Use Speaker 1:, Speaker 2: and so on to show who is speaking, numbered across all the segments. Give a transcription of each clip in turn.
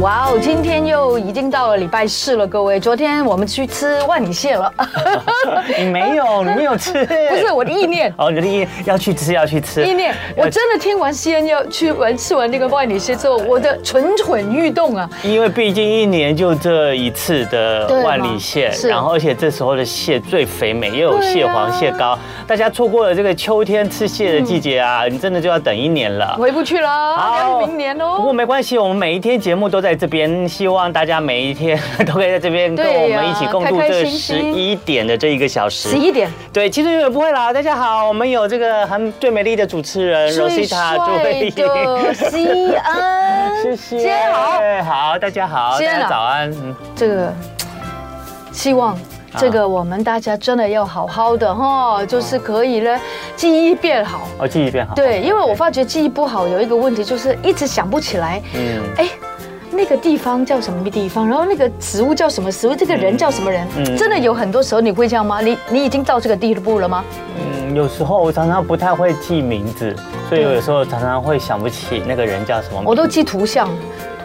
Speaker 1: 哇哦，今天又已经到了礼拜四了，各位。昨天我们去吃万里蟹 了，
Speaker 2: 你没 有，你没有吃。
Speaker 1: 不
Speaker 2: 不
Speaker 1: 是我的意念，
Speaker 2: 哦，你的意要去吃，要去吃。呃
Speaker 1: 意念。我真的听完西安要去完吃完那个万里蟹之后，我的蠢蠢欲动啊！
Speaker 2: 因为毕竟一年就这一次的
Speaker 1: 对嘛
Speaker 2: 万里蟹，
Speaker 1: 是
Speaker 2: 然后而且这时候的蟹最肥美，又有蟹黄、
Speaker 1: 对啊嗯
Speaker 2: 蟹膏，大家错过了这个秋天吃蟹的季节啊，你真的就要等一年了。
Speaker 1: 回不去了，要
Speaker 2: 好
Speaker 1: 明年
Speaker 2: 不过
Speaker 1: 哦。
Speaker 2: 没关系，我们每一天节目都在这边，希望大家每一天 都可以在这边跟
Speaker 1: 对呀
Speaker 2: 我们一起共度
Speaker 1: 开开
Speaker 2: 这
Speaker 1: 心
Speaker 2: 十
Speaker 1: 心
Speaker 2: 一点的这一个小时。
Speaker 1: 十一点，
Speaker 2: 对，其实也不会啦。大家好，我们有这个很最美丽的主持人
Speaker 1: 最
Speaker 2: Rosita 朱
Speaker 1: 帅
Speaker 2: 慧
Speaker 1: 的
Speaker 2: 英，
Speaker 1: 西安，
Speaker 2: 谢谢，
Speaker 1: 西安好。
Speaker 2: 好，大家好，
Speaker 1: 西
Speaker 2: 大
Speaker 1: 安
Speaker 2: 家
Speaker 1: 好
Speaker 2: 早安，嗯，
Speaker 1: 这个希望。
Speaker 2: 啊
Speaker 1: 这个我们大家真的要好好的哈，就是可以呢，记忆变好。
Speaker 2: 我记忆变好。
Speaker 1: 对，因为我发觉记忆不好有一个问题，就是一直想不起来，
Speaker 2: 嗯
Speaker 1: 哎，那个地方叫什么地方，然后那个植物叫什么植物，这个人叫什么人，
Speaker 2: 嗯
Speaker 1: 真的有很多时候你会这样吗？你你已经到这个地步了吗？
Speaker 2: 嗯，有时候我常常不太会记名字，所以有时候常常会想不起那个人叫什么名字，
Speaker 1: 我都记图像，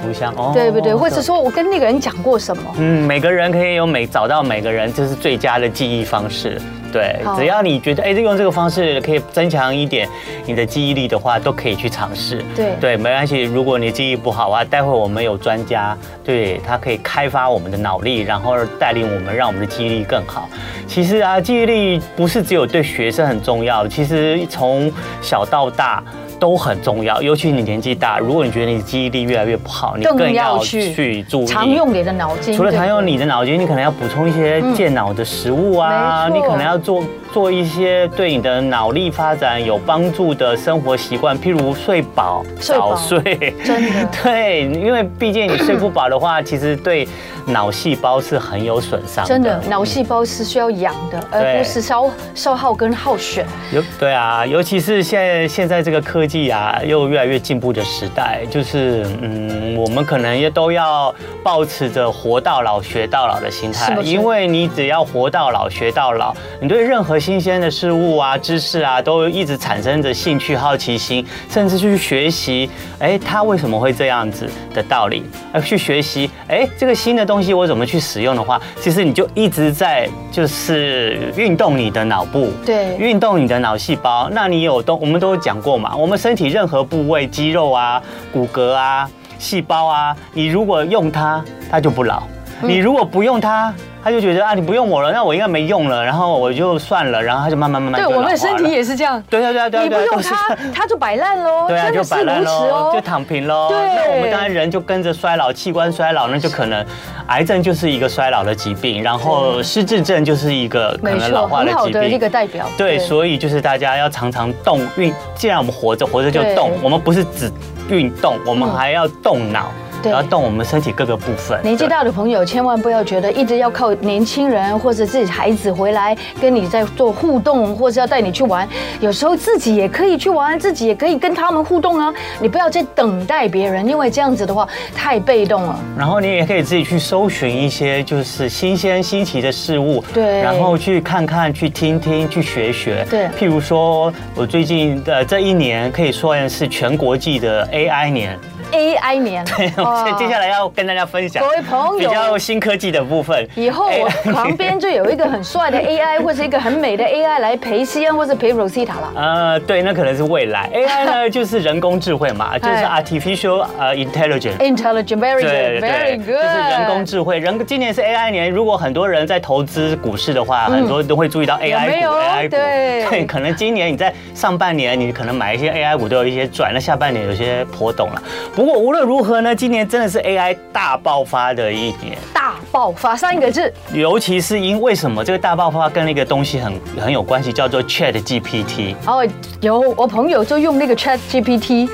Speaker 2: 图像哦，
Speaker 1: 对不对？或者
Speaker 2: 是
Speaker 1: 说我跟那个人讲过什么？
Speaker 2: 嗯，每个人可以有每找到每个人，这是最佳的记忆方式。对
Speaker 1: 好，
Speaker 2: 只要你觉得哎，用这个方式可以增强一点你的记忆力的话，都可以去尝试。
Speaker 1: 对
Speaker 2: 对，没关系。如果你记忆不好啊，待会我们有专家，对他可以开发我们的脑力，然后带领我们，让我们的记忆力更好。其实啊，记忆力不是只有对学生很重要，其实从小到大。都很重要，尤其你年纪大，如果你觉得你记忆力越来越不好，你
Speaker 1: 更
Speaker 2: 更
Speaker 1: 要
Speaker 2: 要
Speaker 1: 去
Speaker 2: 去注意
Speaker 1: 常用你的脑筋，
Speaker 2: 除了常用
Speaker 1: 对不对嗯
Speaker 2: 你的脑筋，你可能要补充一些健脑的食物啊，
Speaker 1: 没错
Speaker 2: 你可能要做做一些对你的脑力发展有帮助的生活习惯，譬如睡饱、
Speaker 1: 睡饱
Speaker 2: 早睡。
Speaker 1: 真的
Speaker 2: 对，因为毕竟你睡不饱的话，其实对脑细胞是很有损伤的。
Speaker 1: 真的，脑细胞是需要养的，而
Speaker 2: 嗯对
Speaker 1: 不是消消耗跟耗血。
Speaker 2: 尤对啊，尤其是现在现在这个科技啊，又越来越进步的时代，就是嗯，我们可能也都要保持着活到老学到老的心态，
Speaker 1: 是不是
Speaker 2: 因为你只要活到老学到老，你对任何新鲜的事物啊、知识啊，都一直产生着兴趣、好奇心，甚至去学习，哎，它为什么会这样子的道理，而去学习，哎，这个新的东西我怎么去使用的话，其实你就一直在就是运动你的脑部，
Speaker 1: 对
Speaker 2: 运动你的脑细胞，那你有动，我们都有讲过嘛，我们身体任何部位、肌肉啊、骨骼啊、细胞啊，你如果用它，它就不老；
Speaker 1: 嗯
Speaker 2: 你如果不用它，它就觉得啊，你不用我了，那我应该没用了，然后我就算了，然后它就慢慢慢慢
Speaker 1: 对，
Speaker 2: 就
Speaker 1: 我
Speaker 2: 老
Speaker 1: 们
Speaker 2: 化
Speaker 1: 的身体
Speaker 2: 了
Speaker 1: 也是这样。
Speaker 2: 对啊对啊对啊
Speaker 1: 你不
Speaker 2: 对啊，
Speaker 1: 用
Speaker 2: 都是
Speaker 1: 它，它就摆烂喽，
Speaker 2: 对啊，
Speaker 1: 真
Speaker 2: 就
Speaker 1: 的是
Speaker 2: 摆
Speaker 1: 如
Speaker 2: 烂
Speaker 1: 此
Speaker 2: 喽，就
Speaker 1: 哦。
Speaker 2: 躺平喽。
Speaker 1: 对
Speaker 2: 那我们当然人就跟着衰老，器官衰老，那就可能癌症就是一个衰老的疾病，然后失智症就是一个可
Speaker 1: 没
Speaker 2: 能
Speaker 1: 错，
Speaker 2: 老化
Speaker 1: 很
Speaker 2: 的
Speaker 1: 好
Speaker 2: 疾
Speaker 1: 的一
Speaker 2: 病
Speaker 1: 个。代表。
Speaker 2: 对，所以就是大家要常常动运。既然我们活着，活着就
Speaker 1: 对
Speaker 2: 动。我们不是只运动，我们
Speaker 1: 嗯
Speaker 2: 还要动脑，
Speaker 1: 对
Speaker 2: 然后动我们身体各个部分。
Speaker 1: 年纪大的朋友千万不要觉得一直要靠年轻人或者自己孩子回来跟你在做互动，或者要带你去玩。有时候自己也可以去玩，自己也可以跟他们互动啊。你不要再等待别人，因为这样子的话太被动了。
Speaker 2: 然后你也可以自己去搜寻一些就是新鲜新奇的事物，
Speaker 1: 对
Speaker 2: 然后去看看、去听听、去学学，
Speaker 1: 对
Speaker 2: 譬如说，我最近呃这一年可以说是全国际的 AI 年，
Speaker 1: AI 年，
Speaker 2: 所以 接下
Speaker 1: 来
Speaker 2: 来要跟大家分享
Speaker 1: 各位朋友
Speaker 2: 比较新科技的部分。
Speaker 1: 以后我旁边就有一个很帅的 AI 或者一个很美的 AI 来陪西安或者陪 Rosita 了。
Speaker 2: 呃，对，那可能是 未来 AI 呢，就是人工智慧
Speaker 1: 哎
Speaker 2: 嘛，就是 artificial 呃 intelligence。
Speaker 1: Intelligent, 哎 very good,
Speaker 2: 对对
Speaker 1: very，good，
Speaker 2: 就是人工智慧。人今年是 AI 年，如果很多人在投资股市的话，很多都会注意到 AI
Speaker 1: 嗯没有
Speaker 2: 股，AI 股。
Speaker 1: 对
Speaker 2: 可能今年你在上半年你可能买一些 AI 股都有一些赚，那下半年有些波动了。不过无论如何呢，今年真的是 AI 大爆发的一年。
Speaker 1: 大爆发三个字，
Speaker 2: 尤其是因为什么这个大爆发跟那个东西很很有关系，叫做 Chat GPT。
Speaker 1: 然后哦有我朋友就用那个 Chat GPT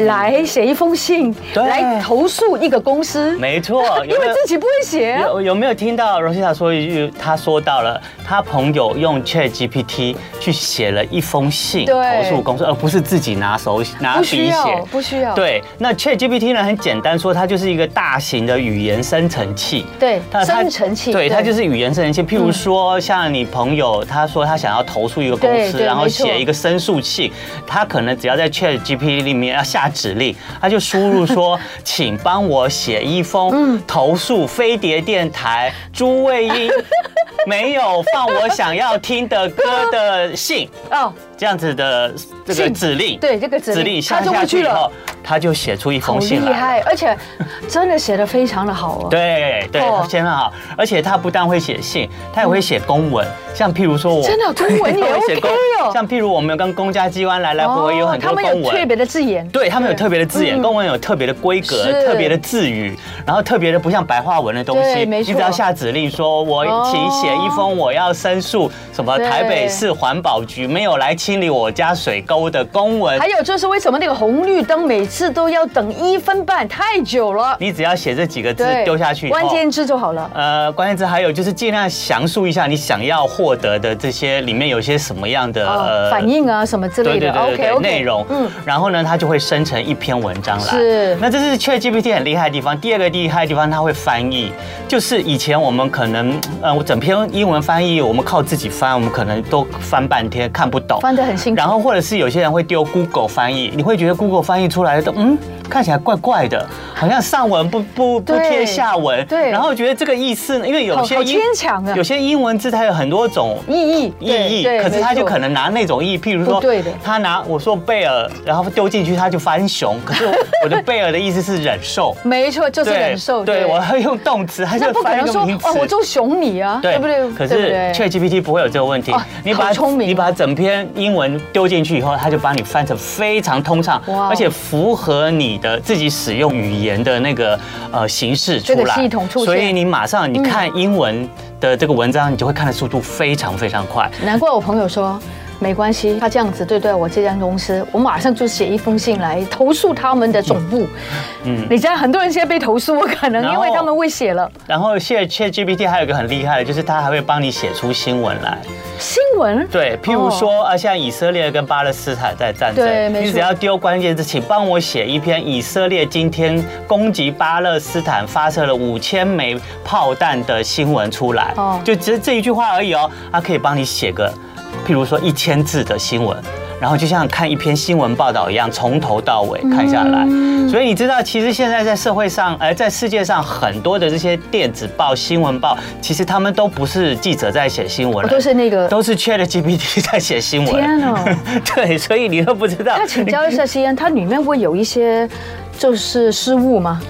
Speaker 1: 来写一封信，
Speaker 2: 对
Speaker 1: 来投诉一个公司，
Speaker 2: 没错，
Speaker 1: 因为自己不会写啊。
Speaker 2: 有有没有听到罗西塔说一句？他说到了，他朋友用 Chat GPT 去写了一封信
Speaker 1: 对
Speaker 2: 投诉公司，而不是自己拿手拿
Speaker 1: 不
Speaker 2: 笔
Speaker 1: 需
Speaker 2: 写
Speaker 1: 要，。不需要。
Speaker 2: 对，那 Chat GPT 呢？很简单说，它就是一个大型的语言生成器。
Speaker 1: 对
Speaker 2: 它它
Speaker 1: 生成器
Speaker 2: 对，它
Speaker 1: 对嗯
Speaker 2: 就是语言生成器。譬如说，像你朋友他说他想要投诉一个公
Speaker 1: 对
Speaker 2: 司，
Speaker 1: 对
Speaker 2: 然后
Speaker 1: 没错
Speaker 2: 写一个申诉信，他可能只要在 Chat GPT 里面要下指令，他就输入说，请帮我写一
Speaker 1: 嗯
Speaker 2: 封投诉飞碟电台朱卫英没有放我想要听的歌的信。
Speaker 1: 哦，
Speaker 2: 这样子的这个
Speaker 1: 信
Speaker 2: 指令，
Speaker 1: 对这个指
Speaker 2: 指
Speaker 1: 令
Speaker 2: 令
Speaker 1: 他
Speaker 2: 下
Speaker 1: 就会
Speaker 2: 下
Speaker 1: 去
Speaker 2: 去以
Speaker 1: 了
Speaker 2: 后，他就写出一
Speaker 1: 好
Speaker 2: 封
Speaker 1: 厉
Speaker 2: 信来了。
Speaker 1: 害，而且真的写的非常的好哦。
Speaker 2: 对对
Speaker 1: 哦，
Speaker 2: 先很好，而且他不但会写信，他也会写公文，像譬如说我
Speaker 1: 真的公文也
Speaker 2: 他会写
Speaker 1: OK 哦
Speaker 2: 像譬如我们有跟公家机关来来回回有很多
Speaker 1: 他们有
Speaker 2: 公
Speaker 1: 特
Speaker 2: 文。
Speaker 1: 别的字眼，
Speaker 2: 对他们有特别的字眼，
Speaker 1: 嗯
Speaker 2: 公文有特别的规格
Speaker 1: 是、
Speaker 2: 特别的字语，然后特别的不像白话文的东
Speaker 1: 对
Speaker 2: 西。
Speaker 1: 没
Speaker 2: 你
Speaker 1: 错
Speaker 2: 只要下指令说，我
Speaker 1: 哦
Speaker 2: 请写一封我要申诉什么
Speaker 1: 对
Speaker 2: 台北市环保局没有来清理我家水沟的公文，
Speaker 1: 还有就是为什么那个红绿灯每次都要等一分半，太久了。
Speaker 2: 你只要写这几个字丢下去以后，哦
Speaker 1: 关键字就好了。
Speaker 2: 呃，关键字还有就是尽量详述一下你想要获得的这些里面有些什么样的、
Speaker 1: 哦，反应啊什么之
Speaker 2: 呃对
Speaker 1: 类
Speaker 2: 对
Speaker 1: 的。
Speaker 2: 对对
Speaker 1: OK
Speaker 2: 对
Speaker 1: OK，
Speaker 2: 内容，嗯，然后呢，它就会生成一篇文章来。
Speaker 1: 是
Speaker 2: 那这是 ChatGPT 很厉害的地方。第二个厉害的地方，它会翻译，就是以前我们可能，呃，我整篇英文翻译，我们靠自己翻，我们可能都翻半天看不懂，
Speaker 1: 翻得很辛苦
Speaker 2: 然后或者是有些人会丢 Google 翻译，你会觉得 Google 翻译出来的，嗯，看起来怪怪的，好像上文不不不
Speaker 1: 对
Speaker 2: 贴下文，
Speaker 1: 对
Speaker 2: 然后觉得这个意思呢，因为有
Speaker 1: 好
Speaker 2: 些
Speaker 1: 好
Speaker 2: 英
Speaker 1: 牵强啊
Speaker 2: 有些英文字它有很多种
Speaker 1: 意义
Speaker 2: 意义，
Speaker 1: 对对
Speaker 2: 可是他
Speaker 1: 没
Speaker 2: 就
Speaker 1: 错
Speaker 2: 可能拿那种意义，譬如说，
Speaker 1: 不对的
Speaker 2: 他拿我说贝尔，然后丢进去他就翻熊，可是我我的贝尔的意思是忍受，
Speaker 1: 没错， 就是忍受。
Speaker 2: 对我会用动词，他
Speaker 1: 那
Speaker 2: 就
Speaker 1: 不可
Speaker 2: 翻
Speaker 1: 能
Speaker 2: 一
Speaker 1: 说
Speaker 2: 个名词
Speaker 1: 哦，。我就熊你 啊，对
Speaker 2: 对
Speaker 1: 不对？
Speaker 2: 可
Speaker 1: 对不
Speaker 2: 是
Speaker 1: 对
Speaker 2: ChatGPT 不会有这个问题
Speaker 1: 哦。
Speaker 2: 你
Speaker 1: 好
Speaker 2: 把
Speaker 1: 聪明哦
Speaker 2: 你把整篇英文丢进去以后，它就帮你翻成非常通畅
Speaker 1: 哇哦，
Speaker 2: 而且符合你的自己使用语言的那个呃形式
Speaker 1: 这
Speaker 2: 出
Speaker 1: 个
Speaker 2: 来。
Speaker 1: 系统出现
Speaker 2: 所以你马上你看英文的这个文章，你就会看的速度非常非常快。
Speaker 1: 难怪我朋友说。没关系，他这样子对待我这家公司，我马上就写一封信来投诉他们的总部。嗯，你知道很多人现在被投诉，我可能
Speaker 2: 然
Speaker 1: 因
Speaker 2: 后
Speaker 1: 为他们会写了
Speaker 2: 然后现在 ChatGPT 还有一个很厉害的，就是它还会帮你写出新闻来。
Speaker 1: 新闻。
Speaker 2: 对，譬如说啊，像以色列跟巴勒斯坦在战
Speaker 1: 哦对没
Speaker 2: 争，
Speaker 1: 错
Speaker 2: 你只要丢关键字，请帮我写一篇以色列今天攻击巴勒斯坦发射了五千枚炮弹的新闻出来
Speaker 1: 哦，
Speaker 2: 就只是这一句话而已哦，它可以帮你写个，譬如说一千字的新闻。然后就像看一篇新闻报道一样，从头到尾看下来。
Speaker 1: 嗯
Speaker 2: 所以你知道，其实现在在社会上，呃，在世界上很多的这些电子报、新闻报，其实他们都不是记者在写新闻
Speaker 1: 我
Speaker 2: 了，
Speaker 1: 哦都是那个
Speaker 2: 都是 Chat GPT 在写新闻。
Speaker 1: 天哦
Speaker 2: 对，所以你都不知 道。
Speaker 1: 那请教一下西安，它里面会有一些就是失误吗？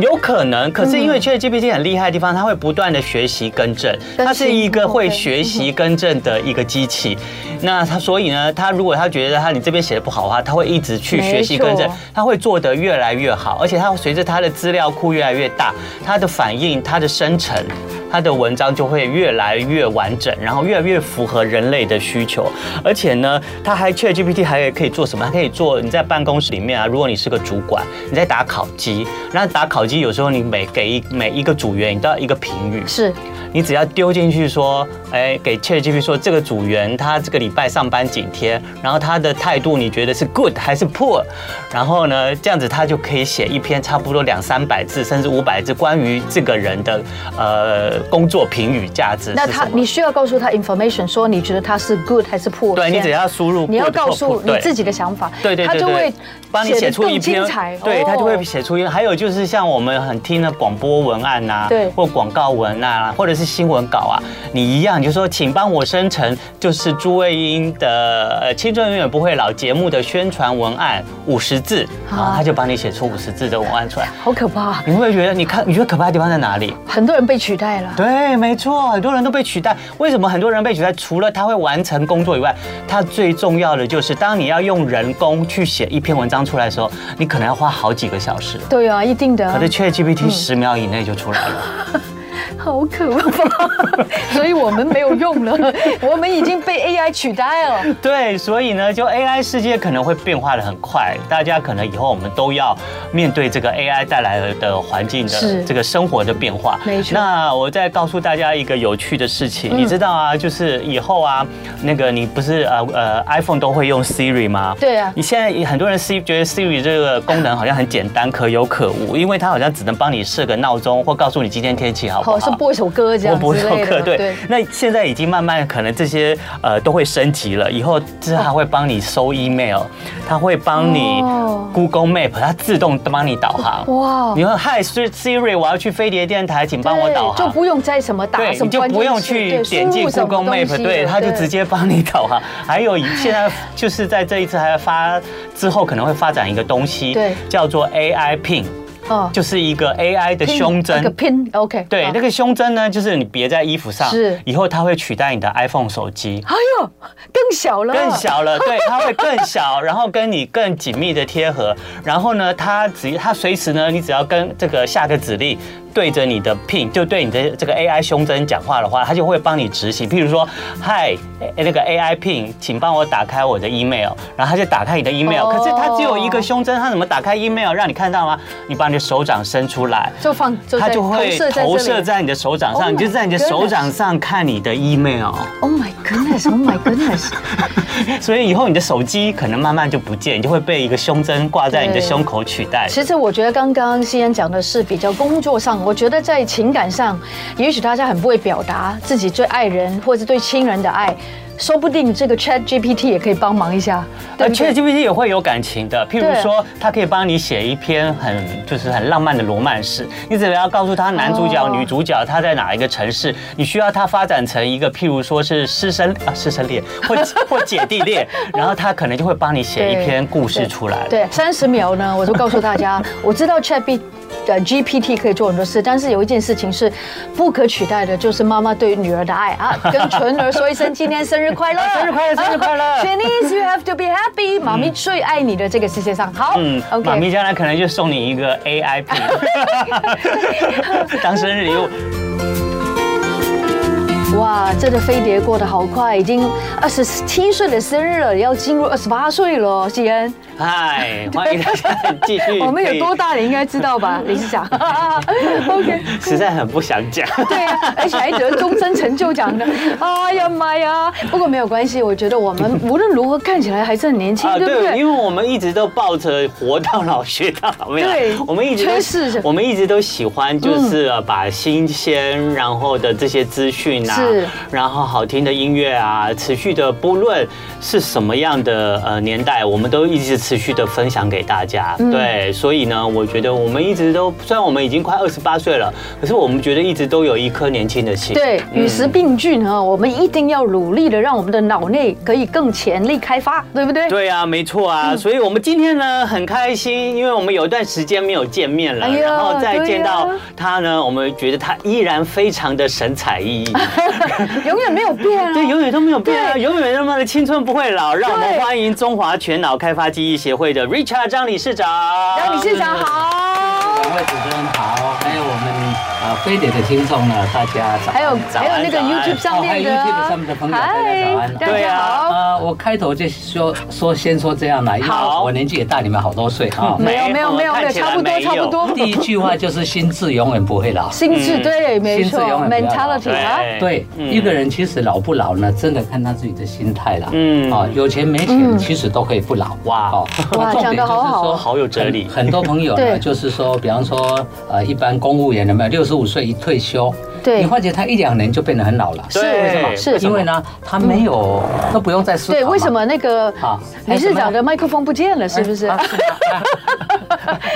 Speaker 2: 有可能，可是因
Speaker 1: 嗯
Speaker 2: 为 Chat GPT 很厉害的地方，它会不断的学习更正，
Speaker 1: 更新
Speaker 2: 它是一个会
Speaker 1: OK
Speaker 2: 学习更正的一个机器。那它所以呢，它如果它觉得它你这边写的不好的话，它会一直去学习更
Speaker 1: 没
Speaker 2: 正
Speaker 1: 错，
Speaker 2: 它会做得越来越好，而且它随着它的资料库越来越大，它的反应、它的生成、它的文章就会越来越完整，然后越来越符合人类的需求。而且呢，它还 Chat GPT 还可以做什么？它可以做你在办公室里面啊，如果你是个主管，你在打考机，那打考机有时候你每给一每一个组员，你都要一个评语，
Speaker 1: 是
Speaker 2: 你只要丢进去说，哎，给 ChatGPT 说这个组员他这个礼拜上班几天，然后他的态度你觉得是 good 还是 poor，然后呢，这样子他就可以写一篇差不多两三百字甚至五百字关于这个人的呃工作评语价值是
Speaker 1: 那
Speaker 2: 什
Speaker 1: 他
Speaker 2: 么。
Speaker 1: 你需要告诉他 information，说你觉得他是 good 还是 poor
Speaker 2: 对
Speaker 1: 先。
Speaker 2: 你只要输入
Speaker 1: 你要
Speaker 2: good 或
Speaker 1: 告诉
Speaker 2: poor，
Speaker 1: 你
Speaker 2: 对
Speaker 1: 自己的想法，
Speaker 2: 对对对对，
Speaker 1: 他就会
Speaker 2: 帮你写出一
Speaker 1: 得
Speaker 2: 篇
Speaker 1: 更精彩，，
Speaker 2: 对
Speaker 1: 哦
Speaker 2: 他就会写出一篇。还有就是像我们很听的广播文案呐、
Speaker 1: 对
Speaker 2: 或广告文案啊，或者是新闻稿啊，你一样，你就说请帮我生成，就是朱卫英的呃《青春永远不会老》节目的宣传文案五十字，
Speaker 1: 啊
Speaker 2: 然后他就帮你写出五十字的文案出来。
Speaker 1: 好可怕，
Speaker 2: 你会不会觉得，你看，你觉得可怕的地方在哪里？
Speaker 1: 很多人被取代了。
Speaker 2: 对，没错，很多人都被取代。为什么很多人被取代？除了他会完成工作以外，他最重要的就是，当你要用人工去写一篇文章出来的时候，你可能要花好几个小时。
Speaker 1: 对啊，一定的啊
Speaker 2: 可，是 ChatGPT 十秒以内就出来了，
Speaker 1: 好可怕， 所以我们没有 用了，我们已经被 AI 取代 了。
Speaker 2: 对，所以呢，就 AI 世界可能会变化的很快，大家可能以后我们都要面对这个 AI 带来的环境
Speaker 1: 是
Speaker 2: 的这个生活的变化。
Speaker 1: 没错
Speaker 2: 那我再告诉大家一个有趣的事情，
Speaker 1: 嗯
Speaker 2: 你知道啊，就是以后啊，那个你不是呃呃 iPhone 都会用 Siri 吗？
Speaker 1: 对啊
Speaker 2: 你现在很多人 Siri 觉得 Siri 这个功能好像很简单，可有可无，因为它好像只能帮你设个闹钟或告诉你今天天气好不好？
Speaker 1: 是播一首歌这样
Speaker 2: 我播一
Speaker 1: 之
Speaker 2: 首
Speaker 1: 类
Speaker 2: 歌，
Speaker 1: 的，
Speaker 2: 对。那现在已经慢慢可能这些呃都会升级了，以后这它会帮你收 email，它会帮你
Speaker 1: 哦
Speaker 2: Google Map，它自动帮你导航。
Speaker 1: 哇
Speaker 2: 你说嗨，Siri Siri，我要去飞碟电台，请帮我导航。
Speaker 1: 就不用再什么打
Speaker 2: 对，
Speaker 1: 什
Speaker 2: 你
Speaker 1: 么
Speaker 2: 就
Speaker 1: 关键字，
Speaker 2: 不用去
Speaker 1: 对
Speaker 2: 点进
Speaker 1: 输入什么
Speaker 2: Google
Speaker 1: 东
Speaker 2: Map，
Speaker 1: 西
Speaker 2: 对，
Speaker 1: 了
Speaker 2: 它就直接帮你导 航。还有现在就是在这一次还发之后可能会发展一个东西
Speaker 1: 对，
Speaker 2: 叫做 AI Pin，
Speaker 1: 哦
Speaker 2: 就是一个 AI 的
Speaker 1: 拼
Speaker 2: 胸
Speaker 1: 那个
Speaker 2: 针。
Speaker 1: 拼 OK
Speaker 2: 对
Speaker 1: 啊，
Speaker 2: 那个胸针呢，就是你别在衣服上，
Speaker 1: 是
Speaker 2: 以后它会取代你的 iPhone 手机，
Speaker 1: 哎呦更小了，
Speaker 2: 更小了， 对，它会更小，然后跟你更紧密的贴合，然后呢，它只它随时呢，你只要跟这个下个指令。对着你的 pin，就对你的这个 AI 胸针讲话的话，它就会帮你执行。譬如说，嗨，诶那个 AI pin，请帮我打开我的 email，然后它就打开你的 email、
Speaker 1: 哦
Speaker 2: 可是它只有一个胸针，它怎么打开 email 让你看到吗？你把你的手掌伸出来，
Speaker 1: 就放就
Speaker 2: 它
Speaker 1: 在
Speaker 2: 就会投射
Speaker 1: 这里。
Speaker 2: 在你的手掌
Speaker 1: Oh
Speaker 2: 上，你就在你的
Speaker 1: my
Speaker 2: 手掌上看你的 email，
Speaker 1: Oh my goodness，Oh my goodness，
Speaker 2: 所以以后你的手机可能慢慢就不见，你就会被一个胸针挂在你的
Speaker 1: 对
Speaker 2: 胸口取代。
Speaker 1: 其实我觉得刚刚西安讲的是比较工作上，我觉得在情感上，也许大家很不会表达自己对爱人或者对亲人的爱，说不定这个 Chat GPT 也可以帮忙一下，对
Speaker 2: 而
Speaker 1: 不对
Speaker 2: ChatGPT 也会有感情的，譬如说，它可以帮你写一篇很就是很浪漫的罗曼史，你只要告诉他男主角、
Speaker 1: 哦
Speaker 2: 女主角他在哪一个城市，你需要他发展成一个譬如说是师生啊师生恋或或姐弟 恋，然后他可能就会帮你写一
Speaker 1: 对
Speaker 2: 篇故事
Speaker 1: 对
Speaker 2: 出来。
Speaker 1: 对，三十秒呢，我就告诉大 家，我知道 Chat B 呃 GPT 可以做很多事，但是有一件事情是不可取代的，就是妈妈对女儿的爱 啊！跟纯儿说一声今天生日快乐，
Speaker 2: 生日快乐生日快乐
Speaker 1: j e n n i c e you have to be happy，妈咪最爱你的这个世界上。好
Speaker 2: 嗯，妈咪
Speaker 1: ，OK，
Speaker 2: 将来可能就送你一个 AI P，当生日礼物。
Speaker 1: 哇，这个飞碟过得好快，已经二十七岁的生日了，要进入二十八岁了，西恩，
Speaker 2: 嗨，欢迎大家继续。
Speaker 1: 我们有多？大你应该知道 吧，理事 长？OK。
Speaker 2: 实在很不想讲。
Speaker 1: 对啊，而且还得终身成就奖的。哎呀妈呀！不过没有关系，我觉得我们无论如何看起来还是很年轻，对不对？
Speaker 2: 啊因为我们一直都抱着活到老学到老，没有啦
Speaker 1: 对
Speaker 2: 我们一直
Speaker 1: 确实是嗯
Speaker 2: 都我们一直都喜欢，就是呃把新鲜然后的这些资讯啊
Speaker 1: 是，
Speaker 2: 然后好听的音乐啊，持续的不论是什么样的呃年代，我们都一直持续的分享给大家。
Speaker 1: 嗯
Speaker 2: 对，所以呢，我觉得我们一直都，虽然我们已经快二十八岁了，可是我们觉得一直都有一颗年轻的心。
Speaker 1: 对，与时并进啊，我们一定要努力的让我们的脑内可以更潜力开发，对不 对？
Speaker 2: 对啊，没错
Speaker 1: 嗯
Speaker 2: 啊，所以我们今天呢很开心，因为我们有一段时间没有见面了，
Speaker 1: 哎呀
Speaker 2: 然后再见到
Speaker 1: 对呀
Speaker 2: 他呢，我们觉得他依然非常的神采奕奕，
Speaker 1: 永远没有变
Speaker 2: 对，
Speaker 1: 啊！
Speaker 2: 永远都没有变啊，
Speaker 1: 对
Speaker 2: 永远那么的青春不会老。让我们
Speaker 1: 对
Speaker 2: 欢迎中华全脑开发记忆协会的 Richard 张理事长，
Speaker 1: 杨理事长好。
Speaker 3: 两位主持人好，还有我们呃飞碟的听众呢，大家早安。
Speaker 1: 还有
Speaker 2: 早安
Speaker 1: 还有那个
Speaker 2: 早安
Speaker 1: YouTube 上面的
Speaker 3: 哦还有
Speaker 1: 啊，
Speaker 3: YouTube 上面的朋友大家早安
Speaker 1: 大
Speaker 2: 对
Speaker 1: 家
Speaker 2: 啊
Speaker 1: 好，
Speaker 3: 呃，我开头就说说先说这样啦，因为
Speaker 2: 好
Speaker 3: 我年纪也大你们好多岁哈。
Speaker 1: 没有没有没有没有，
Speaker 2: 看起来
Speaker 1: 差不多
Speaker 2: 没有
Speaker 1: 差不多，
Speaker 3: 第一句话就是心智永远不会老。
Speaker 1: 心智
Speaker 2: 嗯
Speaker 1: 对，没
Speaker 3: 心智
Speaker 1: 错
Speaker 3: 永远不要老
Speaker 1: ，mentality 啊，
Speaker 3: 对，一个人其实老不老呢，真的看他自己的心态啦。
Speaker 2: 嗯
Speaker 3: 哦，有钱没
Speaker 1: 嗯
Speaker 3: 钱，其实都可以不老。
Speaker 2: 哇
Speaker 3: 哦，
Speaker 1: 哇
Speaker 3: 那重
Speaker 1: 讲得
Speaker 3: 点就是
Speaker 1: 好好
Speaker 3: 说
Speaker 1: 哦
Speaker 2: 好有哲理
Speaker 3: 很很多朋友
Speaker 1: 对
Speaker 3: 呢，就是说，比方说，呃，一般公务员有没有六十五岁一退休，
Speaker 1: 对
Speaker 3: 你发觉他一两年就变得很老了。
Speaker 1: 是
Speaker 2: 对
Speaker 1: 是
Speaker 3: 因为呢，他没有都不用再思考嘛。
Speaker 1: 对，为什么那个
Speaker 3: 好
Speaker 1: 理事长的麦克风不见了？是不是？
Speaker 3: 啊？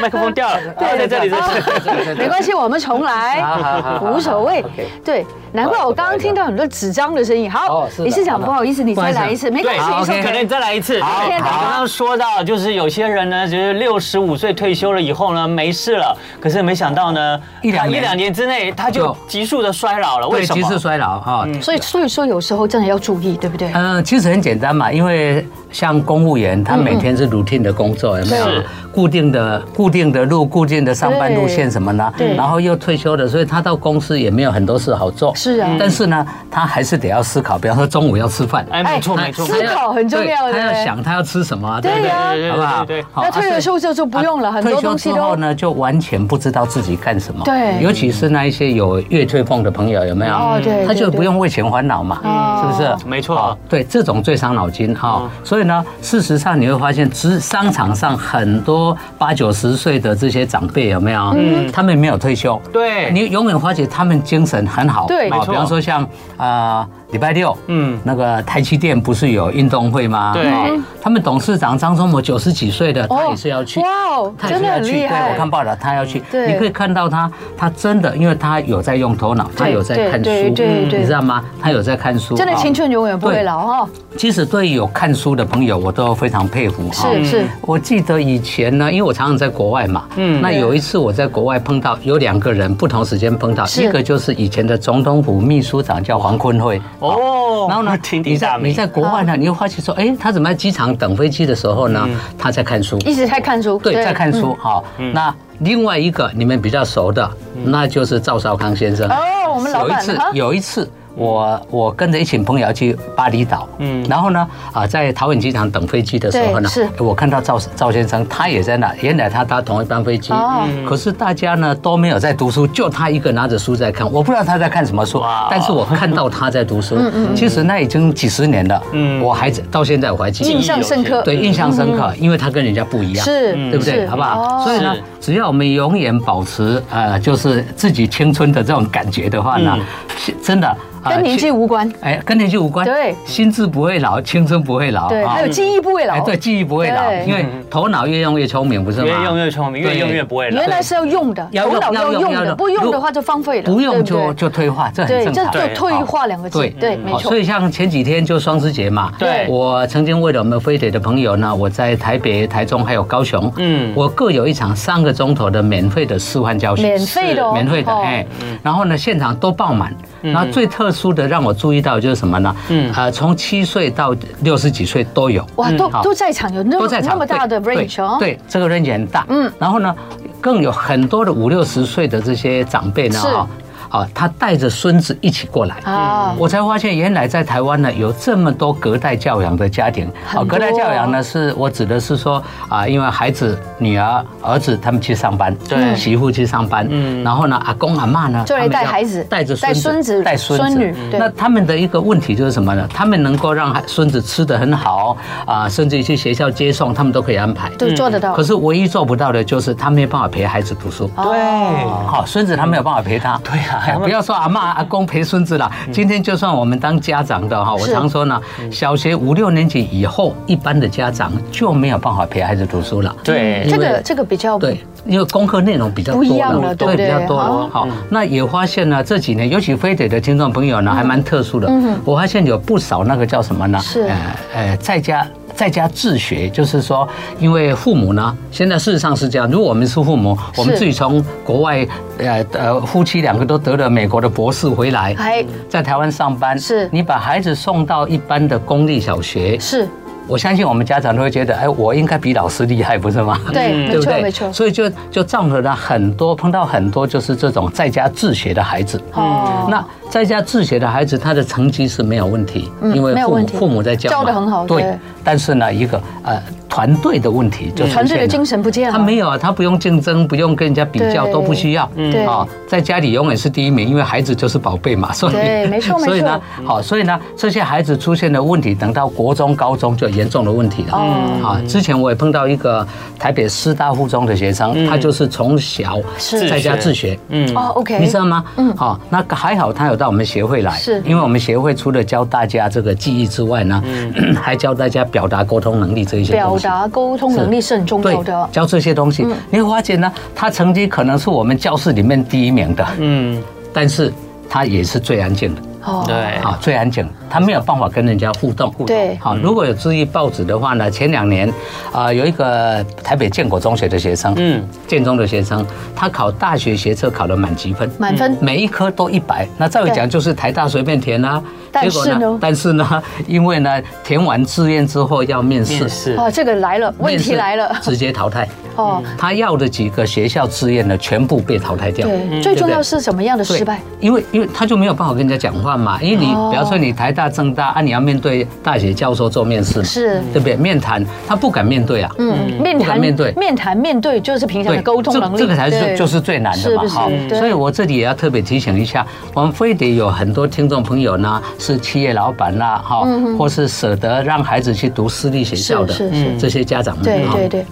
Speaker 2: 麦克风掉了，啊在这里，在这里。
Speaker 1: 没关系，我们重来，
Speaker 3: 系
Speaker 1: 哎无所谓
Speaker 3: OK。
Speaker 1: 对，难怪我刚刚听到很多纸张的声音。好
Speaker 3: 哦，是的
Speaker 1: 理事长，
Speaker 3: 好的
Speaker 1: 不好意思，你再哎来一次，没关
Speaker 2: 对，
Speaker 1: 系
Speaker 3: 好
Speaker 1: ，it's
Speaker 3: OK，
Speaker 1: okay，
Speaker 2: 可能你再来一次。
Speaker 1: 好
Speaker 2: 对
Speaker 1: 好
Speaker 2: 刚刚说到，就是有些人呢，就是六十五岁退休了以后呢，没事了，可是没想到呢，
Speaker 3: 一两年
Speaker 2: 一两年之内他就
Speaker 3: 就
Speaker 2: 急速的衰老了，为
Speaker 3: 对，
Speaker 2: 什
Speaker 3: 急
Speaker 2: 么
Speaker 3: 速？衰老哈。
Speaker 1: 嗯所以所以说有时候真的要注意，对不对？
Speaker 3: 嗯，其实很简单嘛，因为像公务员，他每天是 routine 的工作，有没有
Speaker 1: 嗯
Speaker 2: 是？
Speaker 3: 固定的、固定的路、固定的上班路线什么呢
Speaker 1: 对对？
Speaker 3: 然后又退休了，所以他到公司也没有很多事好做。嗯
Speaker 1: 是啊
Speaker 3: 但是呢，他还是得要思考，比方说中午要吃饭，
Speaker 2: 哎，没错
Speaker 1: 哎
Speaker 2: 没错，
Speaker 1: 思
Speaker 3: 他要
Speaker 1: 考很重要
Speaker 3: 对他
Speaker 1: 对
Speaker 3: 要想他要吃什么啊，对不
Speaker 1: 对
Speaker 3: 对？
Speaker 1: 呀，
Speaker 2: 对
Speaker 3: 好不好？
Speaker 2: 对对
Speaker 3: 好
Speaker 1: 那退了休之后就不用了
Speaker 3: 啊
Speaker 1: 很多
Speaker 3: 退休
Speaker 1: 东西都
Speaker 3: 之后呢，就完全不知道自己干什么。
Speaker 1: 对
Speaker 3: 尤其是那一些有月退俸的朋友，有没有？
Speaker 1: 哦对对
Speaker 3: 他就
Speaker 1: 对
Speaker 3: 不用为钱烦恼嘛，
Speaker 1: 哦
Speaker 3: 是不是？
Speaker 2: 没错
Speaker 3: 好对，这种最伤脑筋哈。所以呢，事实上你会发现，职商场上很多多八九十岁的这些长辈有没有？嗯，他们没有退休，
Speaker 2: 对
Speaker 3: 你永远发觉他们精神很好。
Speaker 1: 对
Speaker 3: 啊
Speaker 1: 没
Speaker 3: 比
Speaker 2: 错
Speaker 3: 方说像啊礼拜六，
Speaker 2: 嗯
Speaker 3: 嗯，那个台积电不是有运动会吗？
Speaker 2: 对
Speaker 3: 哦他们董事长张忠谋九十几岁的，他
Speaker 1: 哦
Speaker 3: 也是要去。
Speaker 1: 哇哦，
Speaker 3: 他也
Speaker 1: 真
Speaker 3: 是
Speaker 1: 的
Speaker 3: 要
Speaker 1: 很
Speaker 3: 去，
Speaker 1: 厉
Speaker 3: 对
Speaker 1: 害。
Speaker 3: 我看报道，他要去，
Speaker 1: 对
Speaker 3: 你可以看到他，他真的，因为他有在用头脑，他有在看书，嗯
Speaker 1: 对对对对
Speaker 3: 你知道吗？他有在看书，
Speaker 1: 真的
Speaker 3: 哦
Speaker 1: 青春永远不会
Speaker 3: 对
Speaker 1: 老哦哈，
Speaker 3: 其实对于有看书的朋友，我都非常佩服哈。
Speaker 1: 是是，
Speaker 3: 我记得以前呢，因为我常常在国外嘛，嗯，那有一次我在国外碰到有两个人，不同时间碰到，
Speaker 1: 是
Speaker 3: 一个就是以前的总统府秘书长叫黄坤辉，
Speaker 2: 哦
Speaker 3: 然 后呢，
Speaker 2: 鼎
Speaker 3: 你
Speaker 2: 鼎大
Speaker 3: 在你
Speaker 2: 名
Speaker 3: 在国外
Speaker 1: 啊
Speaker 3: 呢，你又发现说，哎，他怎么在机场等飞机的时候呢，他在看书，
Speaker 1: 嗯一直在看书，
Speaker 3: 对，在看书
Speaker 1: 嗯
Speaker 3: 哈。那另外一个你们比较熟的，那就是赵少康先生。
Speaker 1: 哦我们老
Speaker 3: 有一
Speaker 1: 板
Speaker 3: 次
Speaker 1: 哈，
Speaker 3: 有一次，我我跟着一群朋友去巴厘岛，嗯，然后呢，啊，在桃园机场等飞机的时候呢哎
Speaker 1: 对是，
Speaker 3: 我看到赵赵先生，他也在那，原来他搭同一班飞机
Speaker 1: 哦，
Speaker 3: 可是大家呢都没有在读书，就他一个拿着书在看，我不知道他在看什么书啊
Speaker 2: 哇，
Speaker 3: 但是我看到他在读书，
Speaker 1: 嗯
Speaker 3: 其实那已经几十年了，
Speaker 2: 嗯
Speaker 3: 嗯，我还到现在我还记
Speaker 1: 印
Speaker 3: 得，
Speaker 1: 象深刻，
Speaker 3: 对，印象深刻，因为他跟人家不一
Speaker 1: 嗯
Speaker 3: 样，
Speaker 1: 是，
Speaker 3: 对不对？
Speaker 1: 是
Speaker 3: 好不好？
Speaker 1: 哦
Speaker 3: 所以呢
Speaker 2: 是，
Speaker 3: 只要我们永远保持呃，就是自己青春的这种感觉的话呢，是真的呃
Speaker 1: 嗯跟年纪
Speaker 3: 心
Speaker 1: 无关，
Speaker 3: 哎跟年纪无关，
Speaker 1: 对
Speaker 3: 心智不会老，青春不会老，
Speaker 1: 对，
Speaker 3: 啊
Speaker 1: 还有记忆不会
Speaker 3: 哎
Speaker 1: 老，
Speaker 3: 对，记忆不会老
Speaker 1: 对，
Speaker 3: 因为头脑越用越聪明，不是吗？
Speaker 2: 越用越聪明，越
Speaker 3: 对
Speaker 2: 用越不会老
Speaker 1: 原。来是要用的，
Speaker 3: 要
Speaker 1: 头
Speaker 3: 用
Speaker 1: 脑
Speaker 3: 要
Speaker 1: 要
Speaker 3: 用
Speaker 1: 用
Speaker 3: 要
Speaker 1: 的，
Speaker 3: 用
Speaker 1: 不用的话就荒废了，
Speaker 3: 不用
Speaker 1: 对
Speaker 3: 就
Speaker 1: 对
Speaker 3: 就退化，这
Speaker 1: 对，
Speaker 3: 很
Speaker 1: 这
Speaker 3: 正常。
Speaker 1: 就
Speaker 2: 对
Speaker 1: 退化两个字
Speaker 3: 对，嗯
Speaker 1: 对，没
Speaker 3: 好
Speaker 1: 错
Speaker 3: 所，以像前几天就双十节嘛，
Speaker 2: 对
Speaker 3: 我曾经为了我们飞碟的朋友呢，我在台北、台中还有高雄，
Speaker 2: 嗯
Speaker 3: 嗯，我各有一场三个钟头的免费的示范教学，
Speaker 1: 免费的哦
Speaker 3: 是免费的，
Speaker 1: 哦嗯
Speaker 3: 哎，然后呢，现场都爆满。然后最特殊的让我注意到就是什么呢？嗯，呃，从七岁到六十几岁都有，
Speaker 1: 哇，都
Speaker 3: 嗯好
Speaker 1: 都在场，有那
Speaker 3: 都
Speaker 1: 么
Speaker 3: 在
Speaker 1: 那
Speaker 3: 场
Speaker 1: 么大的
Speaker 3: 对
Speaker 1: range 哦，
Speaker 3: 对，对这个 range 很大，嗯，然后呢，更有很多的五六十岁的这些长辈呢，
Speaker 1: 是
Speaker 3: 哈，啊，他带着孙子一起过来，
Speaker 1: 啊，
Speaker 3: 嗯我才发现原来在台湾呢有这么多隔代教养的家庭。哦
Speaker 1: 很多
Speaker 3: 隔代教养呢，是我指的是说啊，因为孩子、女儿、儿子他们去上班，对，媳妇去上班，嗯，然后呢，阿公阿妈呢，
Speaker 1: 就来
Speaker 3: 他们要
Speaker 1: 带孩子
Speaker 3: 带着
Speaker 1: 带孙子
Speaker 3: 带孙
Speaker 1: 孙
Speaker 3: 子
Speaker 1: 女对
Speaker 3: 那他们的一个问题就是什么呢？他们能够让孩孙子吃得很好啊，甚至于去学校接送，他们都可以安排。
Speaker 1: 都做得到
Speaker 3: 嗯可，是唯一做不到的就是他没有办法陪孩子读书。
Speaker 1: 哦
Speaker 3: 好，孙子他没有办法 陪他。对
Speaker 2: 啊他们嗯
Speaker 3: 不要说阿妈阿公陪孙子了。今天就算我们当家长的哈，我
Speaker 1: 是
Speaker 3: 常说呢，小学五六年级以后，一般的家长就没有办法陪孩子读书了。
Speaker 2: 对
Speaker 1: 这
Speaker 3: 因
Speaker 1: 个
Speaker 3: 为
Speaker 1: 这个比较
Speaker 3: 对，因为功课内容比较
Speaker 1: 哦
Speaker 3: 多
Speaker 1: 不一样了对不
Speaker 3: 对，
Speaker 1: 对
Speaker 3: 比较多
Speaker 1: 哦
Speaker 3: 了。好，那也发现呢，这几年尤其非得的听众朋
Speaker 1: 嗯
Speaker 3: 友呢，还蛮特殊的。我发现有不少那个叫什么呢？
Speaker 1: 是
Speaker 3: 呃呃，在家。在家自学，就是说，因为父母呢，现在事实上是这样。如果我们是父母，我们
Speaker 1: 是
Speaker 3: 自己从国外，呃呃，夫妻两个都得了美国的博士回来，
Speaker 1: 还
Speaker 3: 在台湾上班，
Speaker 1: 哎是
Speaker 3: 你把孩子送到一般的公立小学，
Speaker 1: 是
Speaker 3: 我相信我们家长都会觉得，哎，我应该比老师厉害，不是吗？
Speaker 1: 对，没
Speaker 3: 对不
Speaker 1: 错
Speaker 3: 对？
Speaker 1: 没错，
Speaker 3: 所以就就造成了很多碰到很多就是这种在家自学的孩子。
Speaker 1: 哦
Speaker 3: 嗯那在家自学的孩子，他的成绩是没有问题，
Speaker 1: 嗯
Speaker 3: 因为
Speaker 1: 没有
Speaker 3: 父
Speaker 1: 问
Speaker 3: 母
Speaker 1: 题
Speaker 3: 父母在教嘛，
Speaker 1: 教得很好对
Speaker 3: 对，但是呢，一个呃团队的问题就出现了
Speaker 1: 团队的精神不见了，
Speaker 3: 他没有啊，他不用竞争，不用跟人家比较，
Speaker 1: 哦对嗯
Speaker 3: 都不需要。
Speaker 1: 对
Speaker 3: 啊，在家里永远是第一名，因为孩子就是宝贝嘛，所以
Speaker 1: 对没错没错
Speaker 3: 所以呢，好，所以呢，这些孩子出现的问题，等到国中、高中就有严重的问题了。
Speaker 1: 哦
Speaker 3: 啊，之前我也碰到一个台北师大附中的学生，他就是从小
Speaker 1: 是
Speaker 3: 在家嗯自学，嗯。
Speaker 1: 哦，OK，
Speaker 3: 你知道吗？嗯，好、那个还好，他有到我们协会来，
Speaker 1: 是
Speaker 3: 因为我们协会除了教大家这个记忆之外呢， 还教大家表达、沟通能力这一些东
Speaker 1: 表
Speaker 3: 西
Speaker 1: 达沟通能力是很重
Speaker 3: 对
Speaker 1: 要的，
Speaker 3: 教这些东
Speaker 1: 嗯
Speaker 3: 西，你会发觉呢，他成绩可能是我们教室里面第一名的，
Speaker 2: 嗯，
Speaker 3: 但是他也是最安静的，
Speaker 1: 哦，
Speaker 2: 对，
Speaker 3: 啊，最安静的，他没有办法跟人家互动。
Speaker 1: 对
Speaker 3: 好，如果有注意报纸的话呢，前两年，啊，有一个台北建国中学的学生，
Speaker 2: 嗯，
Speaker 3: 建中的学生，他考大学学测考了满级分，
Speaker 1: 满分
Speaker 3: 每一科都一百，那照理讲就是台大随便填啦、啊。
Speaker 1: 但
Speaker 3: 结
Speaker 1: 是
Speaker 3: 果
Speaker 1: 呢
Speaker 3: 但是呢，因为呢，填完志愿之后要面试
Speaker 2: 面，试
Speaker 1: 哦，这个来了，问
Speaker 3: 面
Speaker 1: 题
Speaker 3: 试
Speaker 1: 来了，
Speaker 3: 直接淘汰。
Speaker 1: 哦，
Speaker 3: 他要的几个学校志愿呢，全部被淘汰掉。
Speaker 1: 对，最重要是什么样的
Speaker 3: 对
Speaker 1: 失败？，
Speaker 3: 因为因为他就没有办法跟人家讲话嘛，因为你
Speaker 1: 哦
Speaker 3: 比方说你台大、政大啊，你要面对大学教授做面试嘛，
Speaker 1: 是
Speaker 3: 对不对？面谈他不敢面对啊，
Speaker 1: 嗯，面
Speaker 3: 不敢
Speaker 1: 谈
Speaker 3: 面对
Speaker 1: 面谈面对就是平常
Speaker 3: 对，
Speaker 1: 的沟通
Speaker 3: 这
Speaker 1: 能力，
Speaker 3: 这个才
Speaker 1: 对
Speaker 3: 是就是最难的嘛，
Speaker 1: 是不是？对
Speaker 3: 所以我这里也要特别提醒一下，我们非得有很多听众朋友呢，是企业老板啦，哈，或是舍得让孩子去读私立学校的
Speaker 1: 嗯是是是
Speaker 3: 这些家长
Speaker 1: 嗯
Speaker 3: 们，
Speaker 1: 对
Speaker 3: 哈
Speaker 1: 对对，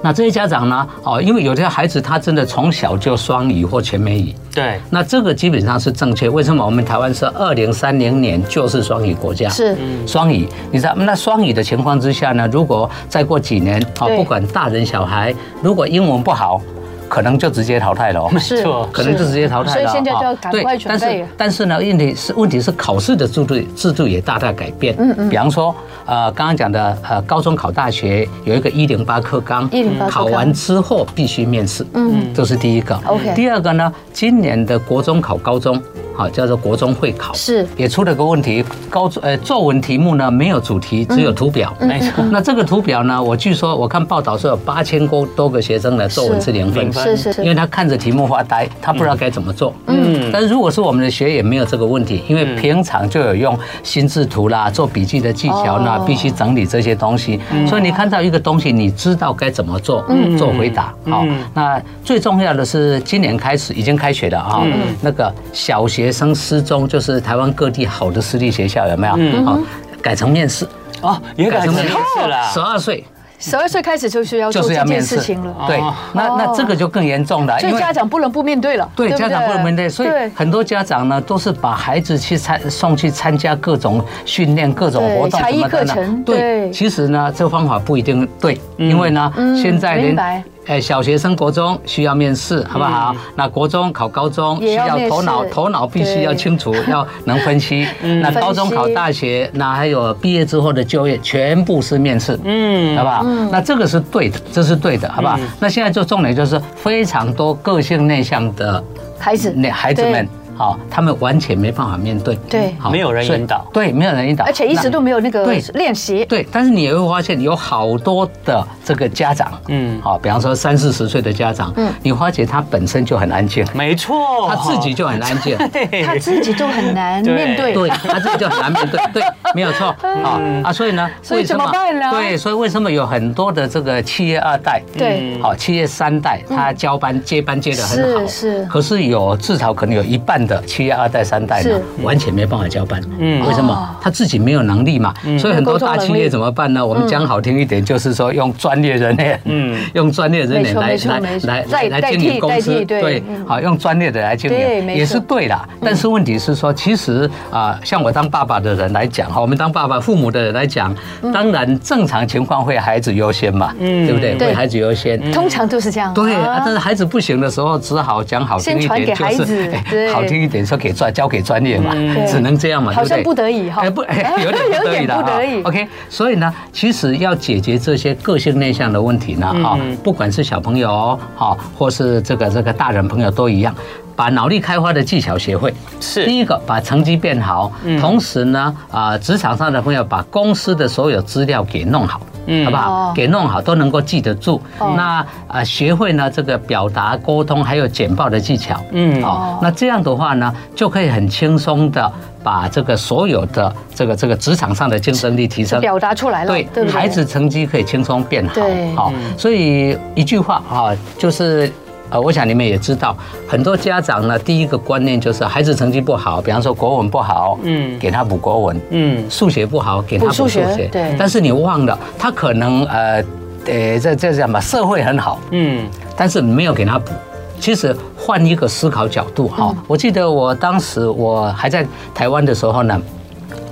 Speaker 3: 那这些家长呢，哦，因为有些孩子他真的从小就双语或全美语，
Speaker 1: 嗯
Speaker 2: 对，
Speaker 3: 那这个基本上是正确。为什么我们台湾是二零三零年就是双语国家？
Speaker 1: 是
Speaker 3: 双语，你知道？那双语的情况之下呢，如果再过几年啊，
Speaker 1: 对
Speaker 3: 不管大人小孩，如果英文不好，可能就直接淘汰了哦。
Speaker 1: 是
Speaker 2: 错
Speaker 3: 可能就直接淘汰
Speaker 1: 所
Speaker 3: 了
Speaker 1: 以
Speaker 3: 啊。
Speaker 1: 现在就要赶
Speaker 3: 对
Speaker 1: 快准
Speaker 3: 但
Speaker 1: 备
Speaker 3: 是。但是呢，问题是问题是考试的制度制度也大大改变。嗯嗯。比方说，呃，刚刚讲的呃，高中考大学有一个一零八课纲，
Speaker 1: 108课纲
Speaker 3: 考完之后必须面试。
Speaker 1: 嗯
Speaker 3: 嗯，这是第一个。
Speaker 1: OK
Speaker 3: 第二个呢，今年的国中考高中，好叫做国中会考，
Speaker 1: 是
Speaker 3: 也出了个问题，高中呃作文题目呢没有主题，只有图表。
Speaker 1: 嗯
Speaker 2: 没错，
Speaker 3: 那这个图表呢？我据说我看报道说有八千多多个学生的作文
Speaker 1: 是
Speaker 3: 是零分
Speaker 2: 零，分
Speaker 1: 是是是
Speaker 3: 因为他看着题目发呆，他不知道该怎么做。
Speaker 2: 嗯
Speaker 3: 嗯，但是如果是我们的学也没有这个问题，因
Speaker 1: 嗯
Speaker 3: 为平常就有用心智图啦、做笔记的技巧啦
Speaker 1: 哦，嗯
Speaker 3: 必须整理这些东西。所以你看到一个东西，你知道该怎么做，做回答。好
Speaker 2: 嗯，
Speaker 3: 那最重要的是今年开始已经开学了啊，
Speaker 1: 嗯
Speaker 3: 那个小学生失踪，就是台湾各地好的私立学校有没
Speaker 1: 嗯
Speaker 3: 有？好，改成面试，
Speaker 2: 哦，也改成面试啦
Speaker 3: 十，二岁。
Speaker 1: 十二岁开始就是要
Speaker 3: 就
Speaker 1: 啊哦做
Speaker 3: 是
Speaker 1: 这
Speaker 3: 要
Speaker 1: 件
Speaker 3: 面
Speaker 1: 事
Speaker 3: 试
Speaker 1: 情了，
Speaker 3: 对
Speaker 2: 哦，
Speaker 3: 那那这个就更严重了，
Speaker 1: 所以
Speaker 3: 因为
Speaker 1: 家长不能不面对了，
Speaker 3: 对
Speaker 1: 不
Speaker 3: 家长不能面对，所以
Speaker 1: 对
Speaker 3: 很多家长呢都是把孩子去参送去参加各种训练、各种
Speaker 1: 对
Speaker 3: 活动
Speaker 1: 才艺
Speaker 3: 什么的
Speaker 1: 课
Speaker 3: 呢
Speaker 1: 程。对
Speaker 3: 对，其实呢，这方法不一定对，因为呢
Speaker 1: 嗯，
Speaker 3: 现在
Speaker 1: 明
Speaker 3: 连
Speaker 1: 白。嗯
Speaker 3: 哎，小学生、国中需要面试，好不好？那国中考高中
Speaker 1: 也
Speaker 3: 需
Speaker 1: 要
Speaker 3: 要
Speaker 1: 面
Speaker 3: 头脑，
Speaker 1: 试
Speaker 3: 头脑必须要
Speaker 1: 对嗯
Speaker 3: 清楚，要能分析。那高中考大学，那还有毕业之后的就业，全部是面试。
Speaker 2: 嗯
Speaker 3: 好不好？那这个是对的，这是对的，好不好？那现在就重点就是非常多个性内向的
Speaker 1: 孩子
Speaker 3: 那孩子们
Speaker 1: 对，
Speaker 3: 好，他们完全没办法面对，
Speaker 1: 对
Speaker 3: 好
Speaker 2: 没有人
Speaker 3: 所以
Speaker 2: 引导
Speaker 3: 对，没有人引导，
Speaker 1: 而且一直都没有那个
Speaker 3: 对
Speaker 1: 练习
Speaker 3: 啊那。对，但是你也会发现有好多的这个家长，
Speaker 2: 嗯
Speaker 3: 嗯，好，比方说三四十岁的家长，嗯，你发觉他本身就很安静，
Speaker 2: 没错，
Speaker 3: 他自己就很安 静，
Speaker 2: 对
Speaker 1: 他自己就很难
Speaker 2: 对
Speaker 1: 面对，嗯
Speaker 3: 对，他自己就很难面对，对，没 有错啊啊，所以呢，
Speaker 1: 所以
Speaker 3: 为什
Speaker 1: 怎么办呢
Speaker 3: 对，所以为什么有很多的这个企业二代，嗯
Speaker 1: 对嗯
Speaker 3: 好，企业三代他交班接班接的很好，
Speaker 1: 是是
Speaker 3: 可是有至少可能有一半的企业二代三代呢
Speaker 1: 是，
Speaker 3: 完全没办法交班，
Speaker 2: 嗯
Speaker 3: 嗯，为什
Speaker 1: 哦嗯
Speaker 3: 么？他自己没有能力嘛，所以很多大
Speaker 1: 没有沟通
Speaker 3: 企
Speaker 1: 能力嗯
Speaker 3: 业怎么办呢？我们讲好听一点，就是说用专业人员，
Speaker 2: 嗯
Speaker 3: 嗯，用专业人
Speaker 1: 没
Speaker 3: 员
Speaker 1: 错
Speaker 3: 来
Speaker 1: 没错
Speaker 3: 来
Speaker 1: 没错
Speaker 3: 来
Speaker 1: 代
Speaker 3: 来来
Speaker 1: 代
Speaker 3: 经
Speaker 1: 替
Speaker 3: 营公
Speaker 1: 代替
Speaker 3: 司，
Speaker 1: 对
Speaker 3: 对
Speaker 1: 嗯，
Speaker 3: 好，用专业的来经
Speaker 1: 对
Speaker 3: 营
Speaker 1: 没
Speaker 3: 也
Speaker 1: 错
Speaker 3: 是对啦，但是问题是说，其实啊、像我当爸爸的人来讲哈，我们当爸爸、父母的人来讲，当然正常情况会孩子优先嘛，对不对？
Speaker 1: 对嗯
Speaker 3: 会孩子优先。
Speaker 1: 通常都是这样。
Speaker 3: 对，
Speaker 1: 啊
Speaker 3: 啊但是孩子不行的时候，只好讲好听一
Speaker 1: 先传给
Speaker 3: 点，就
Speaker 1: 孩子
Speaker 3: 是哎
Speaker 1: 对嗯
Speaker 3: 好听一点，说给专交给专业嘛
Speaker 1: 对，
Speaker 3: 只能这样嘛，
Speaker 1: 好像
Speaker 3: 对
Speaker 1: 不
Speaker 3: 不对
Speaker 1: 得已哈
Speaker 3: 哎不，哎有点
Speaker 1: 有
Speaker 3: 不得
Speaker 1: 点
Speaker 3: 已的
Speaker 1: 不
Speaker 3: 哈
Speaker 1: 得已
Speaker 3: OK，所以呢，其实要解决这些个性内向的问题呢，哈、
Speaker 1: 嗯
Speaker 3: 不管是小朋友哦哈，或是这个这个大人朋友都一样。把脑力开发的技巧学会，
Speaker 2: 是
Speaker 3: 第一个把成绩变好，
Speaker 1: 嗯
Speaker 3: 同时呢，啊、职场上的朋友把公司的所有资料给弄好，好不
Speaker 1: 哦
Speaker 3: 好？给弄好都能够记得住。那啊，学会呢这个表达、沟通还有简报的技巧，
Speaker 2: 嗯
Speaker 3: 哦，那这样的话呢，就可以很轻松的把这个所有的这个这个职场上的竞争力提升。
Speaker 1: 表达出来了，对
Speaker 3: 对
Speaker 1: 不对？
Speaker 3: 孩子成绩可以轻松变好
Speaker 1: 对，嗯
Speaker 3: 好，所以一句话啊，就是。呃，我想你们也知道，很多家长呢，第一个观念就是孩子成绩不好，比方说国文不好，
Speaker 2: 嗯
Speaker 3: 嗯，给他补国文，
Speaker 2: 嗯，
Speaker 3: 数学不好，给他
Speaker 1: 补
Speaker 3: 补
Speaker 1: 数
Speaker 3: 数
Speaker 1: 学
Speaker 3: 学。
Speaker 1: 对
Speaker 3: 但是你忘了，他可能呃，呃，这这叫什么？社会很好，
Speaker 2: 嗯，
Speaker 3: 但是没有给他补。其实换一个思考角度
Speaker 1: 嗯
Speaker 3: 哈，我记得我当时我还在台湾的时候呢，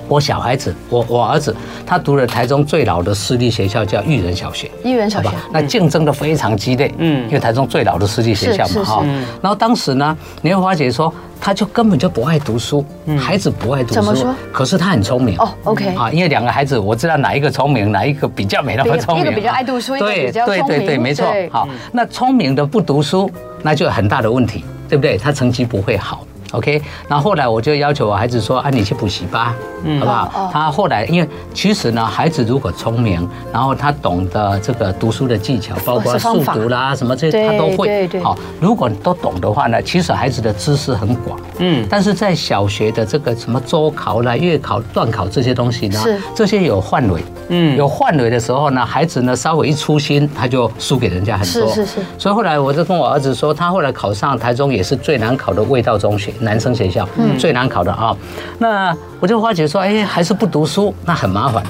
Speaker 3: 我小孩子，我我儿子，他读了台中最老的私立学校叫育人小学。
Speaker 1: 一元小学
Speaker 3: 好吧，那竞争都非常激烈，
Speaker 2: 嗯
Speaker 3: 嗯，因为台中最老的私立学校
Speaker 1: 是是
Speaker 3: 嘛，哈
Speaker 1: 是，
Speaker 3: 然后当时呢，你会发觉说，他就根本就不爱读书，孩子不爱读书，
Speaker 1: 嗯怎么说
Speaker 3: 可是他很聪明，
Speaker 1: 哦，OK
Speaker 3: 啊，因为两个孩子，我知道哪一个聪明，哪一个比较没那么聪明，
Speaker 1: 一个比较爱读书一个
Speaker 3: 对
Speaker 1: 比较
Speaker 3: 对
Speaker 1: 聪
Speaker 3: 对对，
Speaker 1: 明
Speaker 3: 没错
Speaker 1: 对，
Speaker 3: 好，那聪明的不读书，那就有很大的问题，对不对？他成绩不会好。OK，那后来我就要求我孩子说：“啊，你去补习吧，好不
Speaker 1: 哦哦
Speaker 3: 好？”他后来因为其实呢，孩子如果聪明，然后他懂得这个读书的技巧，包
Speaker 1: 哦
Speaker 3: 括
Speaker 1: 是方
Speaker 3: 速
Speaker 1: 法
Speaker 3: 读啦什么这
Speaker 1: 对
Speaker 3: 些，他都会。
Speaker 1: 对对
Speaker 3: 好，如果你都懂的话呢，其实孩子的知识很广。
Speaker 2: 嗯
Speaker 3: 但是在小学的这个什么周考啦、月考、段考这些东西呢
Speaker 1: 是，
Speaker 3: 这些有范围。
Speaker 2: 嗯
Speaker 3: 有范围的时候呢，孩子呢稍微一粗心，他就输给人家很
Speaker 1: 是
Speaker 3: 多。
Speaker 1: 是是
Speaker 3: 所以后来我就跟我儿子说，他后来考上台中也是最难考的味道中学男生学
Speaker 1: 嗯
Speaker 3: 校，最难考的啊。那我就发觉说，哎，还是不读书，那很麻烦。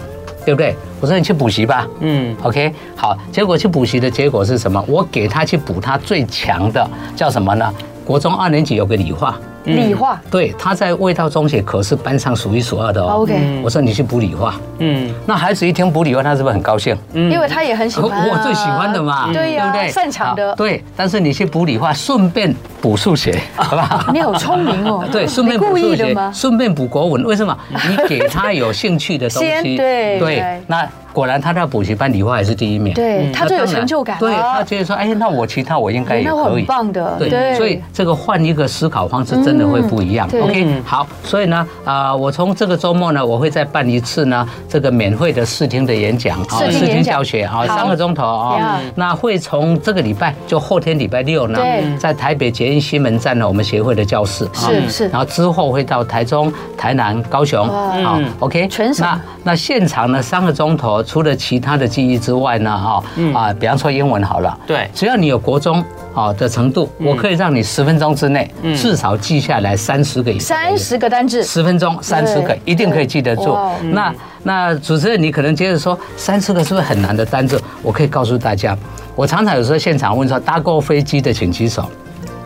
Speaker 3: 对不对？我说你去补习吧，
Speaker 2: 嗯
Speaker 3: ，OK，好。结果去补习的结果是什么？我给他去补他最强的叫什么呢？国中二年级有个理化，
Speaker 1: 理化
Speaker 3: 对，他在味道中学可是班上数一数二的哦。
Speaker 1: OK 嗯
Speaker 3: 我说你去补理化，
Speaker 2: 嗯，
Speaker 3: 那孩子一听补理化，他是不是很高兴？
Speaker 1: 因为他也很喜欢啊
Speaker 3: 嗯哦我最喜欢的嘛，
Speaker 1: 对呀
Speaker 3: 不对？啊
Speaker 1: 擅长的
Speaker 3: 好对，但是你去补理化，顺便补数学，好吧？，
Speaker 1: 你好聪明哦
Speaker 3: 对，顺
Speaker 1: 你
Speaker 3: 便
Speaker 1: 故
Speaker 3: 补
Speaker 1: 意
Speaker 3: 数
Speaker 1: 的
Speaker 3: 学
Speaker 1: 吗，？
Speaker 3: 顺便补国文，为 什么？你给他有兴趣的东西，
Speaker 1: 先对对
Speaker 3: 那果然他在补习班理化还是第一名，
Speaker 1: 对
Speaker 3: 嗯
Speaker 1: 他最有成就感
Speaker 3: 那当然对
Speaker 1: 了
Speaker 3: 他觉得说，哎，那我其他我应该也
Speaker 1: 那我
Speaker 3: 可
Speaker 1: 很
Speaker 3: 以，
Speaker 1: 棒的，
Speaker 3: 对，所以这个换一个思考方式，真的会不一样。
Speaker 1: 嗯对
Speaker 3: OK，好，所以呢，啊，我从这个周末呢，我会再办一次呢这个免费的试听的演讲啊
Speaker 1: 视听演讲
Speaker 3: 教学啊，
Speaker 1: 好
Speaker 3: 三个钟头啊
Speaker 1: Yeah，
Speaker 3: 那会从这个礼拜就后天礼拜六呢
Speaker 1: 对，
Speaker 3: 在台北捷运西门站呢，我们协会的教室啊
Speaker 1: 是是
Speaker 3: 然后之后会到台中、台南、高雄
Speaker 1: 哇
Speaker 3: 啊，OK，
Speaker 1: 全省
Speaker 3: 那那现场呢三个钟头，除了其他的记忆之外呢，哈啊，比方说英文好了，
Speaker 2: 对
Speaker 3: 只要你有国中好的程度，我可以让你十分钟之内至少记下来三十个以上的
Speaker 1: 三
Speaker 3: 英文。
Speaker 1: 十个单字，
Speaker 3: 十分钟三十个
Speaker 1: 对，
Speaker 3: 一定可以记得住
Speaker 1: 哇哦。
Speaker 3: 那那主持人，你可能接着说三十个是不是很难的单字？我可以告诉大家，我常常有时候现场问说搭过飞机的请举手，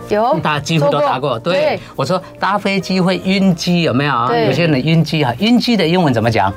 Speaker 1: 有
Speaker 3: 大家几乎都搭过。对，我说搭飞机会晕机有没有啊？
Speaker 1: 对
Speaker 3: 有些人晕机哈，晕机的英文怎么讲？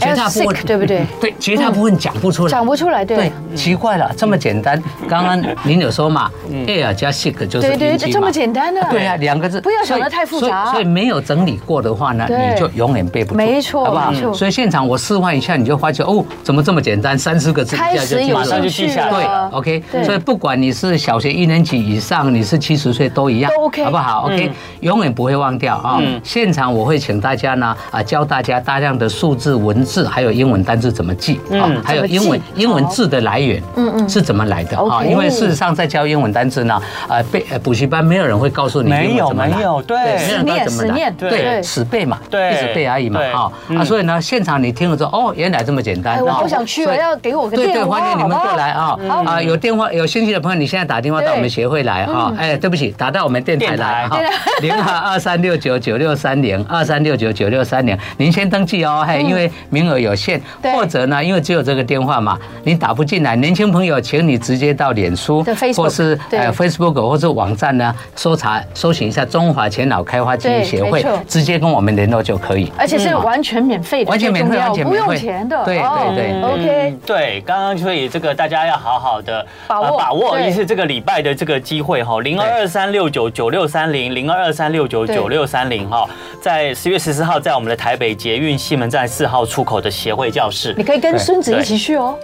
Speaker 3: 绝大
Speaker 1: L
Speaker 3: 部分
Speaker 1: sick 对不对？
Speaker 3: 对，绝大部分讲 不出来。
Speaker 1: 讲不出来，
Speaker 3: 对
Speaker 1: 对，，
Speaker 3: 奇怪了，这么简单。刚刚您有说嘛，air 加 sick 就
Speaker 1: 嗯
Speaker 3: 是
Speaker 1: 对对，
Speaker 3: 晕机嘛
Speaker 1: 这么简单的，
Speaker 3: 对啊，两个字，
Speaker 1: 不要想得太复杂
Speaker 3: 所以所以没有整理过的话呢，
Speaker 1: 对
Speaker 3: 你就永远背不住，
Speaker 1: 没错
Speaker 3: 好不好
Speaker 1: 没错？
Speaker 3: 所以现场我示范一下，你就发觉哦，怎么这么简单，三四个字一
Speaker 1: 开
Speaker 3: 下就
Speaker 1: 始
Speaker 3: 记住
Speaker 1: 有
Speaker 2: 马上
Speaker 1: 兴
Speaker 2: 就
Speaker 1: 趣
Speaker 2: 记下来
Speaker 3: 对
Speaker 1: 了
Speaker 3: ，OK，
Speaker 1: 对
Speaker 3: 所以不管你是小学一年级以上，你是七十岁都一样，
Speaker 1: 都 OK 嗯
Speaker 3: 好不好？OK，永远不会忘掉啊！现场我会请大家呢啊，教大家大量的数字、文字，还有英文单字怎么记啊，还有英文
Speaker 1: 嗯怎么记
Speaker 3: 英文
Speaker 1: 好
Speaker 3: 字的来源，嗯嗯，是怎么来的啊？
Speaker 1: OK
Speaker 3: 因为事实上在教英文单字呢，啊，被呃补习班没有人会告诉你
Speaker 2: 没
Speaker 3: 英文
Speaker 2: 有
Speaker 3: 怎么来
Speaker 2: 没有，
Speaker 3: 没
Speaker 1: 是
Speaker 2: 对，
Speaker 3: 有人告诉
Speaker 1: 死
Speaker 3: 你怎么来
Speaker 1: 念
Speaker 2: 对
Speaker 3: 对，
Speaker 1: 对
Speaker 3: 死背嘛，
Speaker 2: 对
Speaker 3: 一直背而已嘛
Speaker 2: 对，
Speaker 3: 哈啊，
Speaker 2: 嗯
Speaker 3: 所以呢，现场你听了之后，哦，原来这么简单，
Speaker 1: 哎，我
Speaker 3: 啊
Speaker 1: 不想去
Speaker 3: 所
Speaker 1: 了，
Speaker 3: 以
Speaker 1: 要给我个
Speaker 3: 对
Speaker 1: 电
Speaker 3: 对，
Speaker 1: 话，
Speaker 3: 欢迎你们
Speaker 1: 好不好嗯
Speaker 3: 过来啊！啊，有电话有兴趣的朋友，你现在打电话到我们协会来啊！哎，对不起，打到我们电台来哈， 零二二三六九九六三零二三六九九六三零，您先登记哦，嘿，因为名额有限，
Speaker 1: 嗯对
Speaker 3: 或者呢，因为只有这个电话嘛，你打不进来，年轻朋友，请你直接到脸书
Speaker 1: 对，Facebook，
Speaker 3: 或是呃
Speaker 1: 对
Speaker 3: Facebook 或是网站呢，搜查搜寻一下中华前脑开花基因协
Speaker 1: 对没
Speaker 3: 会
Speaker 1: 错，
Speaker 3: 直接跟我们联络就可以。
Speaker 1: 而且是完全免费的，
Speaker 3: 嗯完全免费
Speaker 1: 最重要
Speaker 3: 完全
Speaker 1: 不
Speaker 3: 免费
Speaker 1: 用钱的，
Speaker 3: 对
Speaker 1: 哦
Speaker 3: 对对
Speaker 1: OK，
Speaker 2: 嗯对，刚刚所以这个大家要好好的
Speaker 1: 把握
Speaker 2: 把握
Speaker 1: 对
Speaker 2: 一次这个礼拜的这个机会哈，零二二三六九九六三零零二二三六九九六三零哈，在十月十四号在我们的台北捷运西门站四号出口的协会教室
Speaker 1: 你。可以跟孙子
Speaker 2: 对
Speaker 1: 一起去哦。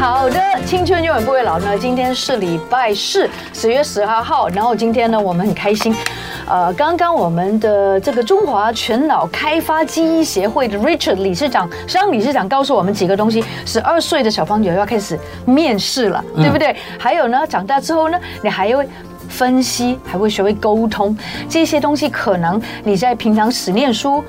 Speaker 1: 好的，青春永远不会老呢。今天是礼拜四，十月十二号。然后今天呢，我们很开心，呃，刚刚我们的这个中华全脑开发基因协会的 Richard 理事长、商理事长告诉我们几个东西：十二岁的小朋友要开始面试了，对不
Speaker 3: 嗯
Speaker 1: 对？还有呢，长大之后呢，你还会。分析，还会学会沟通，这些东西可能你在平常时念书，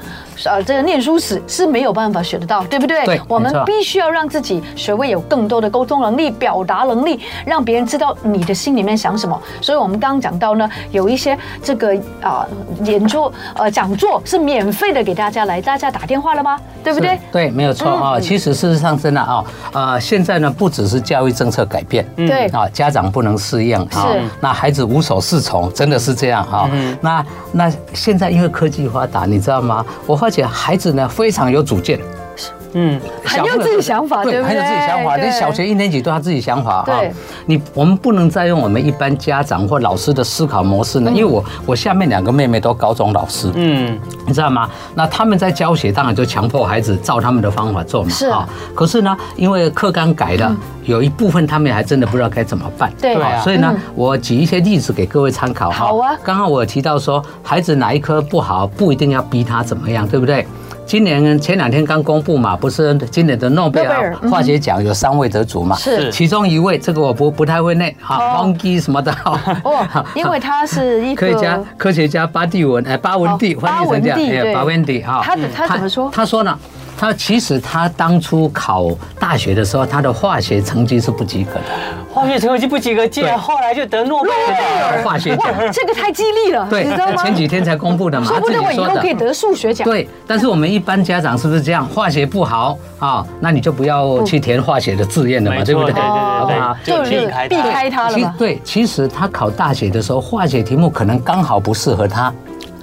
Speaker 1: 呃，这个念书史是没有办法学得到，对不对？
Speaker 3: 对
Speaker 1: 我们
Speaker 3: 没错
Speaker 1: 必须要让自己学会有更多的沟通能力、表达能力，让别人知道你的心里面想什么。所以我们刚刚讲到呢，有一些这个啊、演座呃讲座是免费的给大家来，大家打电话 了吗？对不对嗯
Speaker 3: 是？对，没有错啊、其实事实上，真的啊、呃，现在呢，不只是教育政策改变，
Speaker 1: 嗯对
Speaker 3: 啊，家长不能适应啊
Speaker 1: 是，嗯
Speaker 3: 那孩子无所适从，真的是这样啊、那那现在因为科技发达，你知道吗？我发觉孩子呢非常有主见，
Speaker 2: 嗯，
Speaker 1: 很有自己想法对不
Speaker 3: 很有自己
Speaker 1: 对
Speaker 3: 想法。
Speaker 1: 对
Speaker 3: 你小学一年级都他自己想法啊
Speaker 1: 对。
Speaker 3: 你我们不能再用我们一般家长或老师的思考模式呢，
Speaker 1: 嗯
Speaker 3: 因为我我下面两个妹妹都高中老师，
Speaker 2: 嗯，
Speaker 3: 你知道吗？那他们在教学，当然就强迫孩子照他们的方法做嘛。
Speaker 1: 是嗯
Speaker 3: 啊可是呢，因为课纲改了，有一部分他们还真的不知道该怎么办。
Speaker 1: 对嗯
Speaker 3: 啊
Speaker 2: 对啊
Speaker 3: 所以呢，我举一些例子给各位参考。
Speaker 1: 好啊
Speaker 3: 刚刚我有提到说，孩子哪一科不好，不一定要逼他怎么样，对不对？今年前两天刚公布嘛，不是今年的诺贝
Speaker 1: 诺贝尔
Speaker 3: 尔
Speaker 1: 嗯
Speaker 3: 化学奖有三位得主嘛？
Speaker 1: 是
Speaker 3: 其中一位这个我不不太会念啊
Speaker 1: 哦
Speaker 3: m o n k e y 什么的。
Speaker 1: 哦，因为他是一
Speaker 3: 科学家
Speaker 1: 个
Speaker 3: 科学家巴蒂文哎巴文蒂
Speaker 1: 哦
Speaker 3: 翻译成这样
Speaker 1: 巴文蒂对
Speaker 3: 巴文蒂啊
Speaker 1: 他的他怎么说
Speaker 3: 他说呢，他其实他当初考大学的时候，他的化学成绩是不及格
Speaker 1: 啊
Speaker 3: 的，
Speaker 2: 化学成绩不及格，竟然后来就得诺贝尔
Speaker 3: 化学奖。
Speaker 1: 哇，这个太激励了，
Speaker 3: 对
Speaker 1: 你知道，吗？
Speaker 3: 前几天才公布的嘛，
Speaker 1: 说
Speaker 3: 他
Speaker 1: 不
Speaker 3: 自
Speaker 1: 定我
Speaker 3: 己
Speaker 1: 以
Speaker 3: 说
Speaker 1: 后
Speaker 3: 的
Speaker 1: 可。以得数学奖。
Speaker 3: 对，但是我们一般家长是不是这样？化学不好啊、那你就不
Speaker 1: 嗯
Speaker 3: 要去填化学的志愿了嘛，
Speaker 2: 没
Speaker 3: 对不
Speaker 2: 错，
Speaker 3: 对？
Speaker 2: 对
Speaker 3: 哦好不好？
Speaker 2: 对对
Speaker 1: 就
Speaker 2: 对，
Speaker 1: 是
Speaker 2: 避开
Speaker 1: 避
Speaker 2: 它。
Speaker 1: 开它了
Speaker 3: 其
Speaker 1: 嘛。
Speaker 3: 对，其实他考大学的时候，化学题目可能刚好不适合他。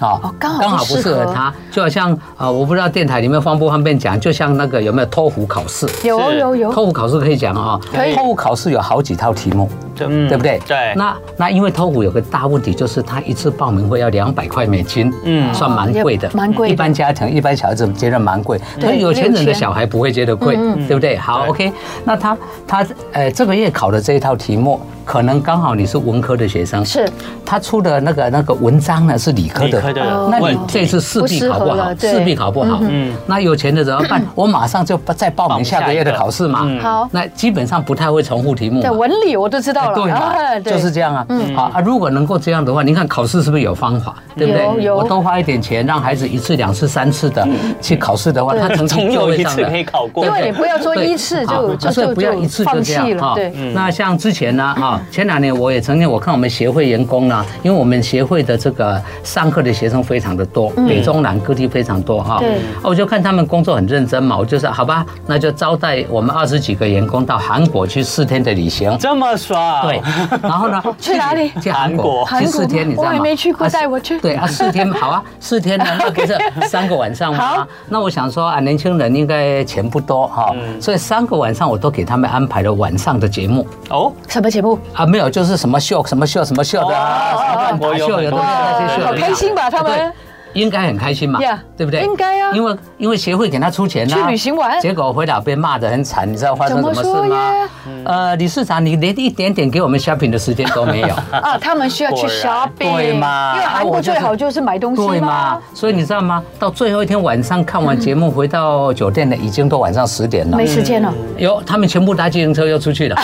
Speaker 3: 哦
Speaker 1: 哦刚好不
Speaker 3: 不适
Speaker 1: 适合
Speaker 3: 合他，就好像呃，我不知道电台里面方不方便讲，就像那个有没有托福考试？
Speaker 1: 有
Speaker 2: 是
Speaker 1: 有有，
Speaker 3: 托福考试可以讲啊、
Speaker 1: 可以
Speaker 3: 托福考试有好几套题目，
Speaker 2: 对，嗯
Speaker 3: 对不对？
Speaker 2: 对，
Speaker 3: 那那因为托福有个大问题，就是他一次报名会要两百块美金，
Speaker 2: 嗯
Speaker 3: 嗯，算蛮贵的
Speaker 1: 也，蛮贵的
Speaker 3: 一般家庭、一般小孩子觉得蛮贵，可是有钱人的小孩不会觉得贵，
Speaker 1: 嗯
Speaker 3: 对不对？好
Speaker 2: 对
Speaker 3: ，OK，那他他呃这个月考的这一套题目，可能刚好你是文科的学生，
Speaker 1: 是
Speaker 3: 他出的那个那个文章呢是理科
Speaker 2: 理
Speaker 3: 的，
Speaker 2: 科的
Speaker 1: 哦
Speaker 3: 那
Speaker 2: 问
Speaker 3: 你
Speaker 2: 题
Speaker 3: 这次势必考
Speaker 1: 不适
Speaker 3: 不
Speaker 1: 合
Speaker 3: 好
Speaker 1: 了，对
Speaker 3: 势必考不好。
Speaker 2: 嗯
Speaker 3: 嗯，那有钱的怎么办？我马上就再报名下个月的考试嘛。
Speaker 2: 嗯
Speaker 1: 好
Speaker 3: 那基本上不太会重复题目嘛。
Speaker 1: 对文理我都知道了，
Speaker 3: 哎对嘛，
Speaker 1: 啊对
Speaker 3: 就是这样啊。好啊，如果能够这样的话，你看考试是不是有方法，对不
Speaker 1: 有
Speaker 3: 对？
Speaker 1: 有嗯
Speaker 3: 我多花一点钱，让孩子一次、两次、三次的去考试的话，
Speaker 1: 对
Speaker 3: 他成绩
Speaker 2: 总
Speaker 3: 就
Speaker 2: 有
Speaker 3: 会
Speaker 2: 一
Speaker 3: 上
Speaker 2: 次可以
Speaker 3: 来。
Speaker 2: 考过
Speaker 1: 因。为你不要说一次就
Speaker 3: 好
Speaker 1: 就
Speaker 3: 所以
Speaker 1: 就
Speaker 3: 不要一次
Speaker 1: 就
Speaker 3: 就
Speaker 1: 放
Speaker 3: 这
Speaker 1: 弃
Speaker 3: 样
Speaker 1: 了，
Speaker 3: 哈
Speaker 1: 对。
Speaker 2: 嗯
Speaker 3: 那像之前呢啊，前两年我也曾经，我看我们协会员工呢，因为我们协会的这个上课的学生非常的多，北中南各地非常多哈。
Speaker 1: 嗯对
Speaker 3: 啊我就看他们工作很认真嘛，我就说好吧，那就招待我们二十几个员工到韩国去四天的旅行。
Speaker 2: 这么爽，
Speaker 3: 对，然后呢？
Speaker 1: 哦 去哪里
Speaker 3: 去韩国，
Speaker 1: 韩
Speaker 3: 去
Speaker 1: 国
Speaker 3: 四天，你知道吗？
Speaker 1: 我也没去过
Speaker 3: 啊四
Speaker 1: 带我去
Speaker 3: 对啊，四 天好啊，四天呢，那不是三个晚上
Speaker 1: 好
Speaker 3: 吗？那我想说啊，年轻人应该钱不多哈，
Speaker 1: 嗯
Speaker 3: 所以三个晚上我都给他们安排了晚上的节目
Speaker 2: 哦，
Speaker 1: 什么节目？
Speaker 3: 啊，没有，就是什么秀、什么秀、什么秀的啊，
Speaker 2: 哦
Speaker 3: 什么乱打秀有东西那些秀，
Speaker 1: 哦好开心吧他们
Speaker 3: 对。应该很开心嘛
Speaker 1: Yeah，
Speaker 3: 对不对？
Speaker 1: 应该啊
Speaker 3: 因为因为协会给他出钱啊
Speaker 1: 去旅行玩
Speaker 3: 结果回来被骂得很惨，你知道发生什么
Speaker 1: 怎么
Speaker 3: 事
Speaker 1: 说呀
Speaker 3: 吗？呃，理事长，你连一点点给我们 shopping 的时间都没有。
Speaker 1: 啊，他们需要去
Speaker 2: 果然
Speaker 1: shopping，
Speaker 2: 对嘛
Speaker 1: 因为韩国最好就是买东西
Speaker 3: 对
Speaker 1: 嘛
Speaker 3: 嘛，？所以你知道吗？到最后一天晚上看完节目回到酒店了，已经都晚上十点了
Speaker 1: 没。时间了。啊
Speaker 3: 有，他们全部搭自行车又 出去了。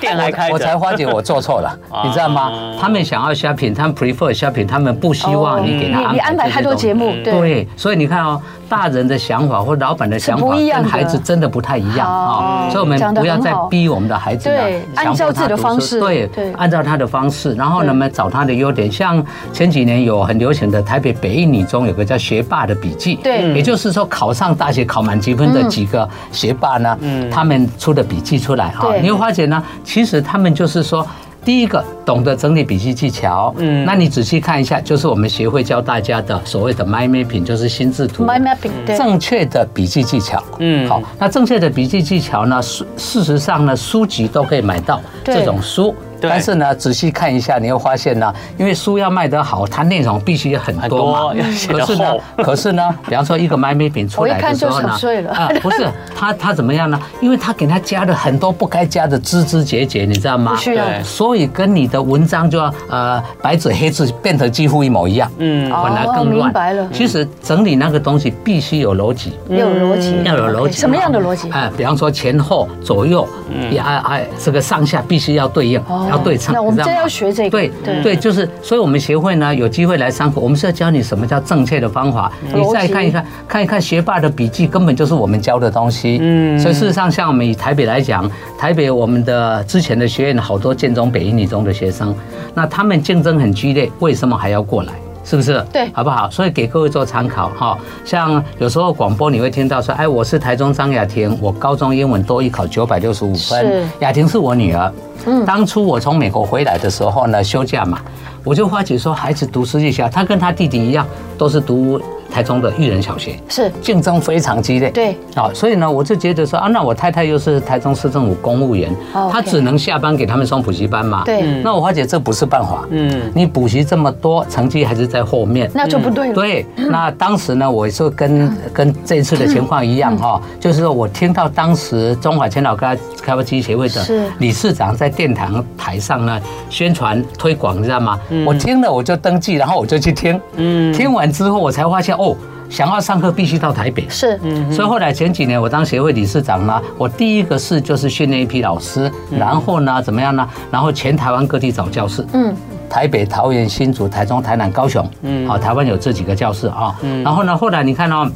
Speaker 2: 店还开着，
Speaker 3: 我才发觉我做错了，你知道
Speaker 2: 啊
Speaker 3: 吗？他们想要 shopping，他们 prefer shopping，他们不希望你给他安
Speaker 1: 哦
Speaker 3: 排
Speaker 1: 你安排太多
Speaker 3: 这
Speaker 1: 节
Speaker 3: 些东西。
Speaker 1: 目，对，
Speaker 3: 对，所以你看哦，大人的想法或老板的想
Speaker 1: 是
Speaker 3: 法
Speaker 1: 不一样
Speaker 3: 跟
Speaker 1: 的
Speaker 3: 孩子真的不太一样啊、
Speaker 1: 哦
Speaker 3: 所以我
Speaker 1: 讲
Speaker 3: 们
Speaker 1: 得
Speaker 3: 不要
Speaker 1: 很
Speaker 3: 再
Speaker 1: 好
Speaker 3: 逼我们的孩子呢
Speaker 1: 对
Speaker 3: 强迫
Speaker 1: 按照自己的
Speaker 3: 他读书
Speaker 1: 方式
Speaker 3: 对
Speaker 1: 对
Speaker 3: 按照他的方式，然后呢，我们找他的优点。像前几年有很流行的台北北一女中有个叫学霸的笔记，嗯
Speaker 1: 对嗯
Speaker 3: 也就是说考上大学考满积分的几个学霸呢，他们出的笔记出来哈，
Speaker 1: 对
Speaker 3: 你会发觉呢，其实他们就是说。第一个懂得整理笔记技巧，嗯，那你仔细看一下，就是我们协会教大家的所谓的 mind mapping，就是心智图
Speaker 1: Mind mapping，对
Speaker 3: 正确的笔记技巧，
Speaker 2: 嗯
Speaker 3: 嗯，好，那正确的笔记技巧呢，事事实上呢，书籍都可以买到
Speaker 1: 对
Speaker 3: 这种书。
Speaker 2: 对
Speaker 3: 但是呢，仔细看一下，你会发现呢，因为书要卖得好，它内容必须很多嘛。
Speaker 2: 很多要写得
Speaker 3: 可是呢
Speaker 2: 厚，
Speaker 3: 可是呢，比方说一个买米饼出来的时候
Speaker 1: 我一看就
Speaker 3: 呢啊
Speaker 1: 想睡了，
Speaker 3: 不是他他怎么样呢？因为他给他加了很多不该加的枝枝节节，你知道吗？
Speaker 1: 不需要
Speaker 2: 对
Speaker 3: 所以跟你的文章就要呃白纸黑字变得几乎一模一样，
Speaker 2: 嗯
Speaker 3: 反而
Speaker 1: 哦
Speaker 3: 更乱。
Speaker 1: 明白了
Speaker 3: 其实整理那个东西必须有逻辑。
Speaker 1: 要有逻辑，
Speaker 3: 嗯要有逻
Speaker 1: 嗯 OK，
Speaker 3: 辑，
Speaker 1: 什么样的逻辑？嗯
Speaker 3: 哎、比方说前后左右，也哎哎，这个上下必须要对应，
Speaker 1: 哦
Speaker 3: 要对称。
Speaker 1: 那我们
Speaker 3: 你知道
Speaker 1: 真
Speaker 3: 吗
Speaker 1: 要学这个
Speaker 3: 对
Speaker 1: 对
Speaker 3: 对，就是，所以我们协会呢有机会来上课，我们是要教你什么叫正确的方法。
Speaker 1: 嗯
Speaker 3: 你再看一看，看一看学霸的笔记，根本就是我们教的东西。
Speaker 2: 嗯
Speaker 3: 嗯，所以事实上，像我们以台北来讲，台北我们的之前的学院好多建中、北一女中的学生，那他们竞争很激烈，为什么还要过来？是不是？
Speaker 1: 对
Speaker 3: 好不好？所以给各位做参考哈。像有时候广播你会听到说，哎，我是台中张雅婷，我高中英文多一考九百六十五
Speaker 1: 是
Speaker 3: 分，雅婷是我女儿。嗯，当初我从美国回来的时候呢，休假嘛，我就发觉说孩子读私立学校，他跟他弟弟一样，都是读台中的育人小学。
Speaker 1: 是
Speaker 3: 竞争非常激烈，
Speaker 1: 对
Speaker 3: 啊、所以呢，我就觉得说啊，那我太太又是台中市政府公务员，
Speaker 1: 哦，OK
Speaker 3: 她只能下班给他们送补习班嘛，
Speaker 1: 对嗯
Speaker 3: 那我发觉这不是办法，
Speaker 2: 嗯，
Speaker 3: 你补习这么多，成绩还是在后面，
Speaker 1: 那就不对了。
Speaker 3: 嗯对，那当时呢，我就跟跟这次的情况一样哈、就是说我听到当时中华千岛开开发基协会的
Speaker 1: 是
Speaker 3: 理事长在殿堂台上呢宣传推广，你知道吗？我听了我就登记，然后我就去听，嗯，听完之后我才发现哦，想要上课必须到台北，
Speaker 1: 是
Speaker 3: 所以后来前几年我当协会理事长呢，我第一个事就是训练一批老师，然后呢怎么样呢？然后全台湾各地找教室，
Speaker 1: 嗯，
Speaker 3: 台北、桃园、哦新竹、台中、台南、高雄，嗯，好，台湾有这几个教室啊，然后呢，后来你看哦。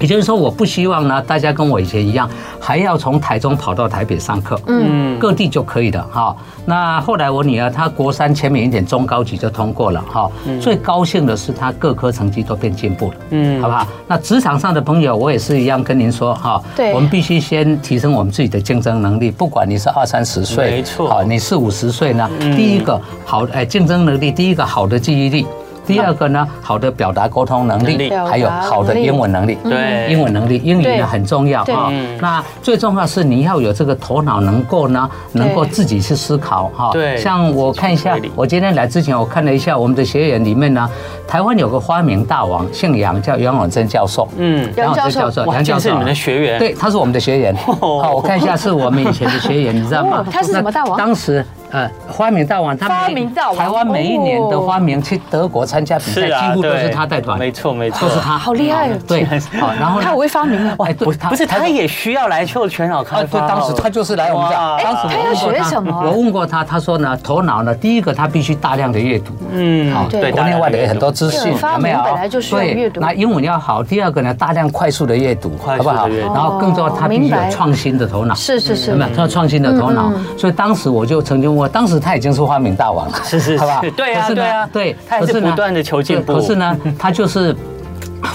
Speaker 3: 也就是说，我不希望呢，大家跟我以前一样，还要从台中跑到台北上课，嗯，各地就可以了哈、那后来我女儿她国三前面一点中高级就通过了哈、最高兴的是她各科成绩都变进步了，嗯，好不好？那职场上的朋友，我也是一样跟您说哈、
Speaker 1: 对
Speaker 3: 我们必须先提升我们自己的竞争能力，不管你是二三十岁，
Speaker 2: 没错
Speaker 3: 好，你四五十岁呢，第一个好，哎，竞争能力，第一个好的记忆力。第二个呢，好的表达沟通能
Speaker 2: 能
Speaker 3: 力
Speaker 2: 力，嗯
Speaker 3: 还有好的英文能力。
Speaker 2: 对
Speaker 3: 英文能力，英语
Speaker 1: 对
Speaker 3: 呢很重要
Speaker 1: 对
Speaker 3: 哈、
Speaker 2: 哎嗯
Speaker 3: 那最重要是你要有这个头脑，能够呢，能够
Speaker 1: 对
Speaker 3: 自己去思考哈、
Speaker 2: 对
Speaker 3: 像我看一下
Speaker 2: 自己处理，
Speaker 3: 我今天来之前，我看了一下我们的学员里面呢，台湾有个发明大王，姓杨，叫杨永贞教授。
Speaker 2: 嗯，
Speaker 1: 杨教授
Speaker 2: 哇，
Speaker 3: 杨
Speaker 2: 这
Speaker 3: 教
Speaker 2: 是
Speaker 3: 授啊
Speaker 2: 你们的学员，
Speaker 3: 对，他是我们的学员。
Speaker 2: 哦
Speaker 3: 哦，我看一下是我们以前的学员，你知道吗
Speaker 1: 哦？他是什么大王
Speaker 3: 那当时呃，发明大王，他每
Speaker 1: 发明大王哦
Speaker 3: 台湾每一年的发明去德国参加比
Speaker 2: 是
Speaker 3: 赛，
Speaker 2: 啊，
Speaker 3: 几乎都是
Speaker 2: 对
Speaker 3: 他带团，
Speaker 2: 没错没错
Speaker 3: 都，是他，
Speaker 1: 好厉害哦
Speaker 3: 对，好，然后呢
Speaker 1: 太会发 明了。啊
Speaker 3: 哎，对，
Speaker 2: 不是他也需要来秀全脑
Speaker 3: 啊，
Speaker 2: 开
Speaker 3: 对，
Speaker 2: 发哦，
Speaker 3: 当时他就是来我
Speaker 2: 哇
Speaker 3: 们家，当
Speaker 1: 哎
Speaker 3: 时我问过
Speaker 1: 他要
Speaker 3: 他
Speaker 1: 学什么啊
Speaker 3: 我问过他，他说呢，头脑呢，第一个他必须大量的阅读，
Speaker 2: 嗯
Speaker 3: 好，
Speaker 1: 对
Speaker 3: 国内外的很多资讯
Speaker 1: 对发
Speaker 3: 有没有
Speaker 1: 明本来就？需要阅
Speaker 3: 对
Speaker 1: 读，
Speaker 3: 那英文要好。第二个呢，大量快速的阅读，
Speaker 2: 快
Speaker 3: 好
Speaker 2: 速
Speaker 3: 不
Speaker 2: 地
Speaker 3: 好？
Speaker 2: 阅读
Speaker 3: 然后更重要，他必须
Speaker 1: 哦明白
Speaker 3: 有创新的头脑。
Speaker 1: 是是是
Speaker 3: 有没有？他有创新的头脑
Speaker 1: 嗯嗯，
Speaker 3: 所以当时我就曾经问过，当时他已经是发明大王了，
Speaker 2: 是是
Speaker 3: 好不好
Speaker 2: 是对啊
Speaker 3: 可是呢
Speaker 2: 对啊
Speaker 3: 对，
Speaker 2: 他也是
Speaker 3: 可呢
Speaker 2: 不断地求进步
Speaker 3: 可是呢，他就是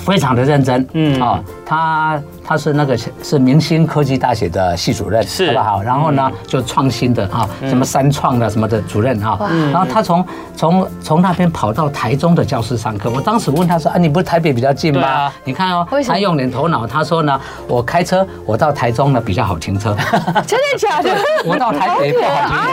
Speaker 3: 非常的认真，
Speaker 2: 嗯
Speaker 3: 嗯啊，他他是那个是明星科技大学的系主任，
Speaker 2: 是
Speaker 3: 好不好？然后呢，
Speaker 2: 嗯
Speaker 3: 就创新的啊，什么三创的什么的主任啊
Speaker 1: 哇，
Speaker 3: 然后他从从从那边跑到台中的教室上课，我当时问他说啊，你不是台北比较近
Speaker 2: 对
Speaker 3: 吗
Speaker 2: 啊？
Speaker 3: 你看哦
Speaker 1: 为，什么
Speaker 3: 他用点头脑，他说呢，我开车我到台中呢比较好 停车，
Speaker 1: 真的假的？
Speaker 3: 我到台北不好停车，啊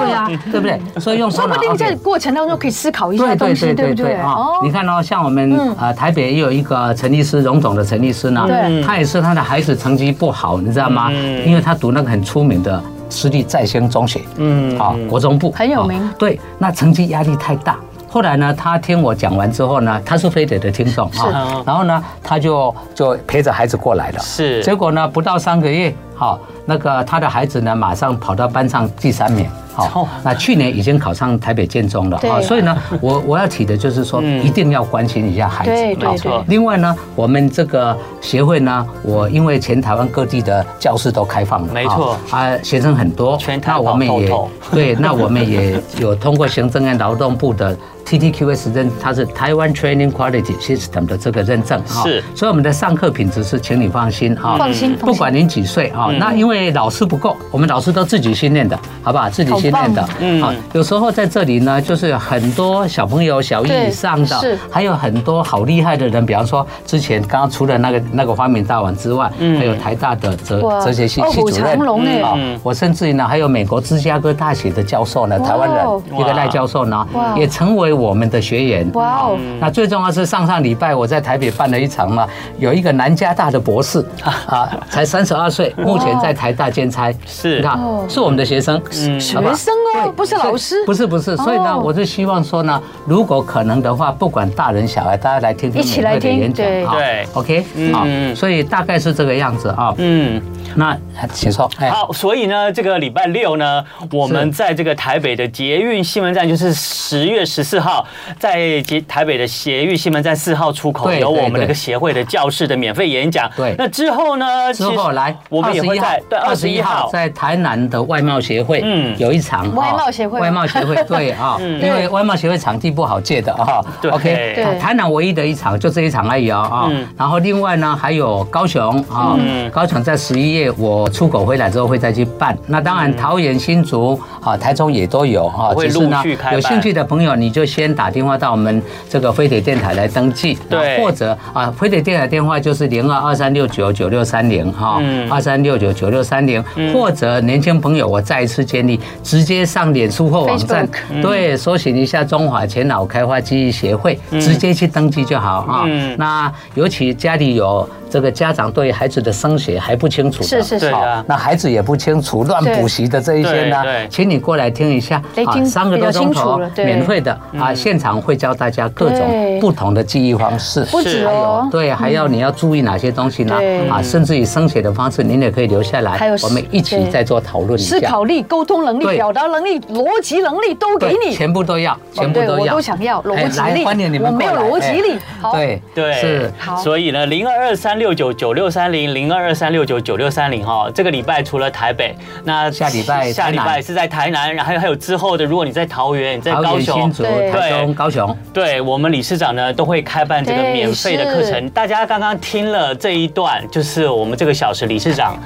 Speaker 3: 对呀，对不对？所以用头
Speaker 1: 说
Speaker 3: 脑
Speaker 1: 不定
Speaker 3: OK
Speaker 1: 在过程当中可以思考一下
Speaker 3: 对
Speaker 1: 东
Speaker 3: 对
Speaker 1: 西，
Speaker 3: 对
Speaker 1: 对
Speaker 3: 对
Speaker 1: 不对？
Speaker 3: 对啊！你看哦，像我
Speaker 1: 嗯
Speaker 3: 们呃台北也有一个陈律师，荣总的陈律师呢
Speaker 1: 对，嗯
Speaker 3: 他也是他的孩子成绩不好，你知道吗？因为他读那个很出名的私立在兴中学，嗯，啊国中部
Speaker 1: 很有名
Speaker 3: 啊对，那成绩压力太大。后来呢，他听我讲完之后呢，他是飞碟的听众啊，然后呢，他就就陪着孩子过来了。
Speaker 2: 是
Speaker 3: 结果呢，不到三个月，好、那个他的孩子呢，马上跑到班上第三名，好、
Speaker 2: 哦
Speaker 3: 那去年已经考上台北建中了，
Speaker 1: 对
Speaker 3: 啊、所以呢，我我要提的就是说，
Speaker 2: 嗯
Speaker 3: 一定要关心一下孩子，
Speaker 1: 对对
Speaker 3: 好
Speaker 1: 没错
Speaker 3: 另外呢，我们这个协会呢，我因为全台湾各地的教室都开放了，
Speaker 2: 没错
Speaker 3: 啊、啊学生很多，
Speaker 2: 全台
Speaker 3: 那我们
Speaker 2: 跑透
Speaker 3: 也
Speaker 2: 透
Speaker 3: 对，那我们也有通过行政院劳动部的 TTQS 认，它是台湾 Training Quality System 的这个认证啊，
Speaker 2: 是
Speaker 3: 所以我们的上课品质是，请你放心啊，
Speaker 1: 放心放心
Speaker 3: 不管您几岁啊，
Speaker 1: 嗯
Speaker 3: 那因为老师不够，我们老师都自己训练的，好不好？自己训练的
Speaker 1: 好，
Speaker 2: 嗯
Speaker 3: 好，有时候在这里呢，就是很多小朋友小一
Speaker 1: 对
Speaker 3: 以上的，
Speaker 1: 是
Speaker 3: 还有很多好厉害的人，比方说之前刚刚除了那个那个发明大王之外，还有台大的哲
Speaker 1: 嗯哇
Speaker 3: 哲学系
Speaker 1: 卧
Speaker 3: 系
Speaker 1: 虎
Speaker 3: 主任
Speaker 1: 藏，龙哎
Speaker 3: 啊我甚至于呢，还有美国芝加哥大学的教授呢，
Speaker 1: 哇哦
Speaker 3: 台湾人一个赖教授呢
Speaker 1: 哇，
Speaker 3: 也成为我们的学员。
Speaker 1: 哇哦，
Speaker 2: 嗯
Speaker 3: 那最重要是上上礼拜我在台北办了一场嘛，有一个南加大的博士啊，才三十二岁，目前在台大兼差，
Speaker 2: 哦是嗯
Speaker 3: 你看
Speaker 1: 哦
Speaker 3: 是我们的学生，好吧
Speaker 1: 学生哦，不是老师，
Speaker 3: 不是不是，所以呢，
Speaker 1: 哦
Speaker 3: 我是希望说呢，如果可能的话，不管大人小孩，大家来听听
Speaker 1: 一起来
Speaker 3: 免费的
Speaker 1: 听
Speaker 3: 演讲
Speaker 1: 对
Speaker 3: 啊
Speaker 2: 对
Speaker 3: ，OK，
Speaker 2: 嗯
Speaker 3: 好，所以大概是这个样子啊。
Speaker 2: 嗯。
Speaker 3: 那请说，哎
Speaker 2: 好，所以呢，这个礼拜六呢，我们在这个台北的捷运西门站，就是十月十四号，在捷台北的捷运西门站四号出口
Speaker 3: 对
Speaker 2: 有
Speaker 3: 对
Speaker 2: 我们这个
Speaker 3: 对
Speaker 2: 协会的教室的免费演讲。
Speaker 3: 对
Speaker 2: 那之后呢？
Speaker 3: 之
Speaker 2: 其
Speaker 3: 后
Speaker 2: 实
Speaker 3: 来，
Speaker 2: 我们也会
Speaker 3: 21号
Speaker 2: 在对二十一号。
Speaker 3: 在台南的外贸协会，
Speaker 2: 嗯
Speaker 3: 嗯，有一场
Speaker 1: 外
Speaker 3: 哦
Speaker 1: 贸协会
Speaker 3: 外贸协 会对啊，因为外贸协会场地不好借的啊
Speaker 2: 对对
Speaker 3: ，OK，台南唯一的一场就这一场而已哦啊
Speaker 2: 嗯，
Speaker 3: 然后另外呢还有高雄啊
Speaker 2: 嗯，
Speaker 3: 高雄在十一月我出国回来之后会再去办，那当然桃园、新竹啊、台中也都有啊，
Speaker 2: 嗯我会
Speaker 3: 只是呢
Speaker 2: 陆续开办
Speaker 3: 有兴趣的朋友你就先打电话到我们这个飞碟电台来登记，
Speaker 2: 对
Speaker 3: 或者啊飞碟电台电话就是零二二三六九九六三零哈
Speaker 2: 嗯，
Speaker 3: 二三六九九六三零，
Speaker 1: 嗯
Speaker 3: 或者年轻朋友，我再一次建议直接上脸书或网站
Speaker 1: Facebook，嗯
Speaker 3: 对，搜寻一下中华前脑开发记忆协会，
Speaker 1: 嗯
Speaker 3: 直接去登记就好啊
Speaker 2: 嗯。
Speaker 3: 那尤其家里有这个家长对孩子的升学还不清楚的，
Speaker 1: 是是
Speaker 2: 对
Speaker 1: 是，
Speaker 2: 啊，
Speaker 3: 那孩子也不清楚，乱补习的这一些呢
Speaker 2: 对对，
Speaker 3: 请你过来听一下啊
Speaker 1: 哎，听
Speaker 3: 三个多钟
Speaker 1: 比较清楚
Speaker 3: 头
Speaker 1: 了，对嗯
Speaker 3: 免费的啊，现场会教大家各
Speaker 1: 对
Speaker 3: 种不同的记忆方式，
Speaker 1: 不止
Speaker 3: 还
Speaker 1: 哦
Speaker 3: 有，对，还要你要注意哪些东西呢
Speaker 1: 对？
Speaker 3: 啊，甚至于升学的方式，您也可以留下来
Speaker 1: 还有，
Speaker 3: 我们一起
Speaker 1: 对
Speaker 3: 再做讨论一
Speaker 1: 思
Speaker 3: 下。
Speaker 1: 考力、沟通能力、
Speaker 3: 对
Speaker 1: 表达能力、逻辑能力都给
Speaker 3: 对，
Speaker 1: 你。哦
Speaker 3: 全部都要，全部
Speaker 1: 对
Speaker 3: 都
Speaker 1: 我
Speaker 3: 要，
Speaker 1: 都想要逻
Speaker 3: 哎
Speaker 1: 辑
Speaker 3: 来
Speaker 1: 力
Speaker 3: 欢迎你们
Speaker 1: 我没
Speaker 3: 过
Speaker 1: 有
Speaker 3: 来
Speaker 1: 逻辑
Speaker 3: 哎
Speaker 1: 力好
Speaker 3: 对
Speaker 2: 对
Speaker 3: 是。
Speaker 1: 好
Speaker 2: 所以呢，零二二三六六九九六三零零二二三六九九六三零哈。这个礼拜除了台北，那
Speaker 3: 下礼拜
Speaker 2: 下礼
Speaker 3: 台
Speaker 2: 拜
Speaker 3: 南
Speaker 2: 是在台南，然后还有之后的，如果你在桃园、你在
Speaker 3: 桃
Speaker 2: 高
Speaker 3: 园、
Speaker 2: 雄
Speaker 3: 新，竹、
Speaker 1: 对
Speaker 3: 台中、高雄，
Speaker 2: 对我们理事长呢都会开办这个
Speaker 1: 对
Speaker 2: 免费的课程
Speaker 1: 是。
Speaker 2: 大家刚刚听了这一段，就是我们这个小时理事长，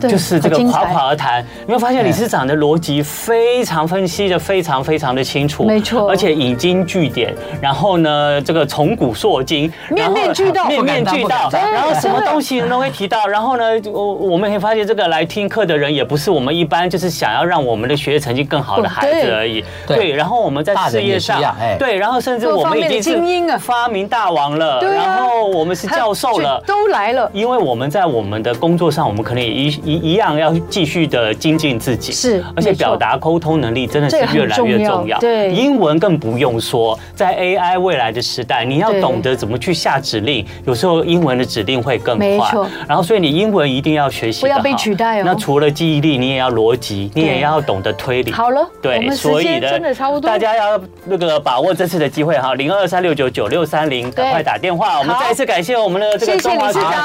Speaker 1: 对
Speaker 2: 就是这个
Speaker 1: 好精彩
Speaker 2: 夸夸而谈。你会发现
Speaker 3: 对
Speaker 2: 理事长的逻辑非常分析的非常非常的清楚，
Speaker 1: 没错
Speaker 2: 而且引经据典。然后呢，这个从古烁今，
Speaker 1: 面面俱到
Speaker 2: 然后 面面俱
Speaker 3: 不
Speaker 2: 到
Speaker 3: 敢当不敢。当
Speaker 2: 然后什么东西呢都会提到。然后呢，我我们可以发现，这个来听课的人也不是我们一般就是想要让我们的学业成绩更好的孩子
Speaker 1: 对
Speaker 2: 而已。
Speaker 3: 对
Speaker 2: 对，然后我们在
Speaker 3: 大人
Speaker 2: 事
Speaker 3: 也
Speaker 2: 业
Speaker 3: 是一
Speaker 2: 上
Speaker 3: 样哎，
Speaker 2: 对，然后甚至
Speaker 1: 各
Speaker 2: 我
Speaker 1: 方
Speaker 2: 们已
Speaker 1: 面的
Speaker 2: 经是
Speaker 1: 精英啊
Speaker 2: 发明大王了，
Speaker 1: 对啊
Speaker 2: 然后我们是教授了
Speaker 1: 就。都来了。
Speaker 2: 因为我们在我们的工作上，我们可能也一一一样要继续的精进自己，
Speaker 1: 是
Speaker 2: 而且
Speaker 1: 没错
Speaker 2: 表达沟通能力真的是
Speaker 1: 这个很
Speaker 2: 越来越
Speaker 1: 重要
Speaker 2: 重要。
Speaker 1: 对
Speaker 2: 英文更不用说，在 AI 未来的时代，你要
Speaker 1: 对
Speaker 2: 懂得怎么去下指令，有时候英文的指令会更快。
Speaker 1: 没错
Speaker 2: 然后所以你英文一定要学习
Speaker 1: 不
Speaker 2: 得
Speaker 1: 要
Speaker 2: 好，
Speaker 1: 被取代哦
Speaker 2: 那除了记忆力，你也要逻辑，你也
Speaker 1: 对
Speaker 2: 要懂得推理。
Speaker 1: 好了，我
Speaker 2: 对，
Speaker 1: 们时
Speaker 2: 所以
Speaker 1: 间
Speaker 2: 呢，
Speaker 1: 真的差不多。
Speaker 2: 大家要那个把握这次的机会哈，零二三六九九六三零，赶快打电话。我们再一次感谢我们的这个
Speaker 1: 谢谢
Speaker 2: 中华
Speaker 1: 理事
Speaker 2: 学
Speaker 1: 长
Speaker 2: 生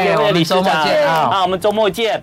Speaker 1: 谢
Speaker 3: 谢
Speaker 2: 协会的理事
Speaker 3: 我们周末
Speaker 2: 长
Speaker 3: 见啊
Speaker 2: 啊，我们周末见。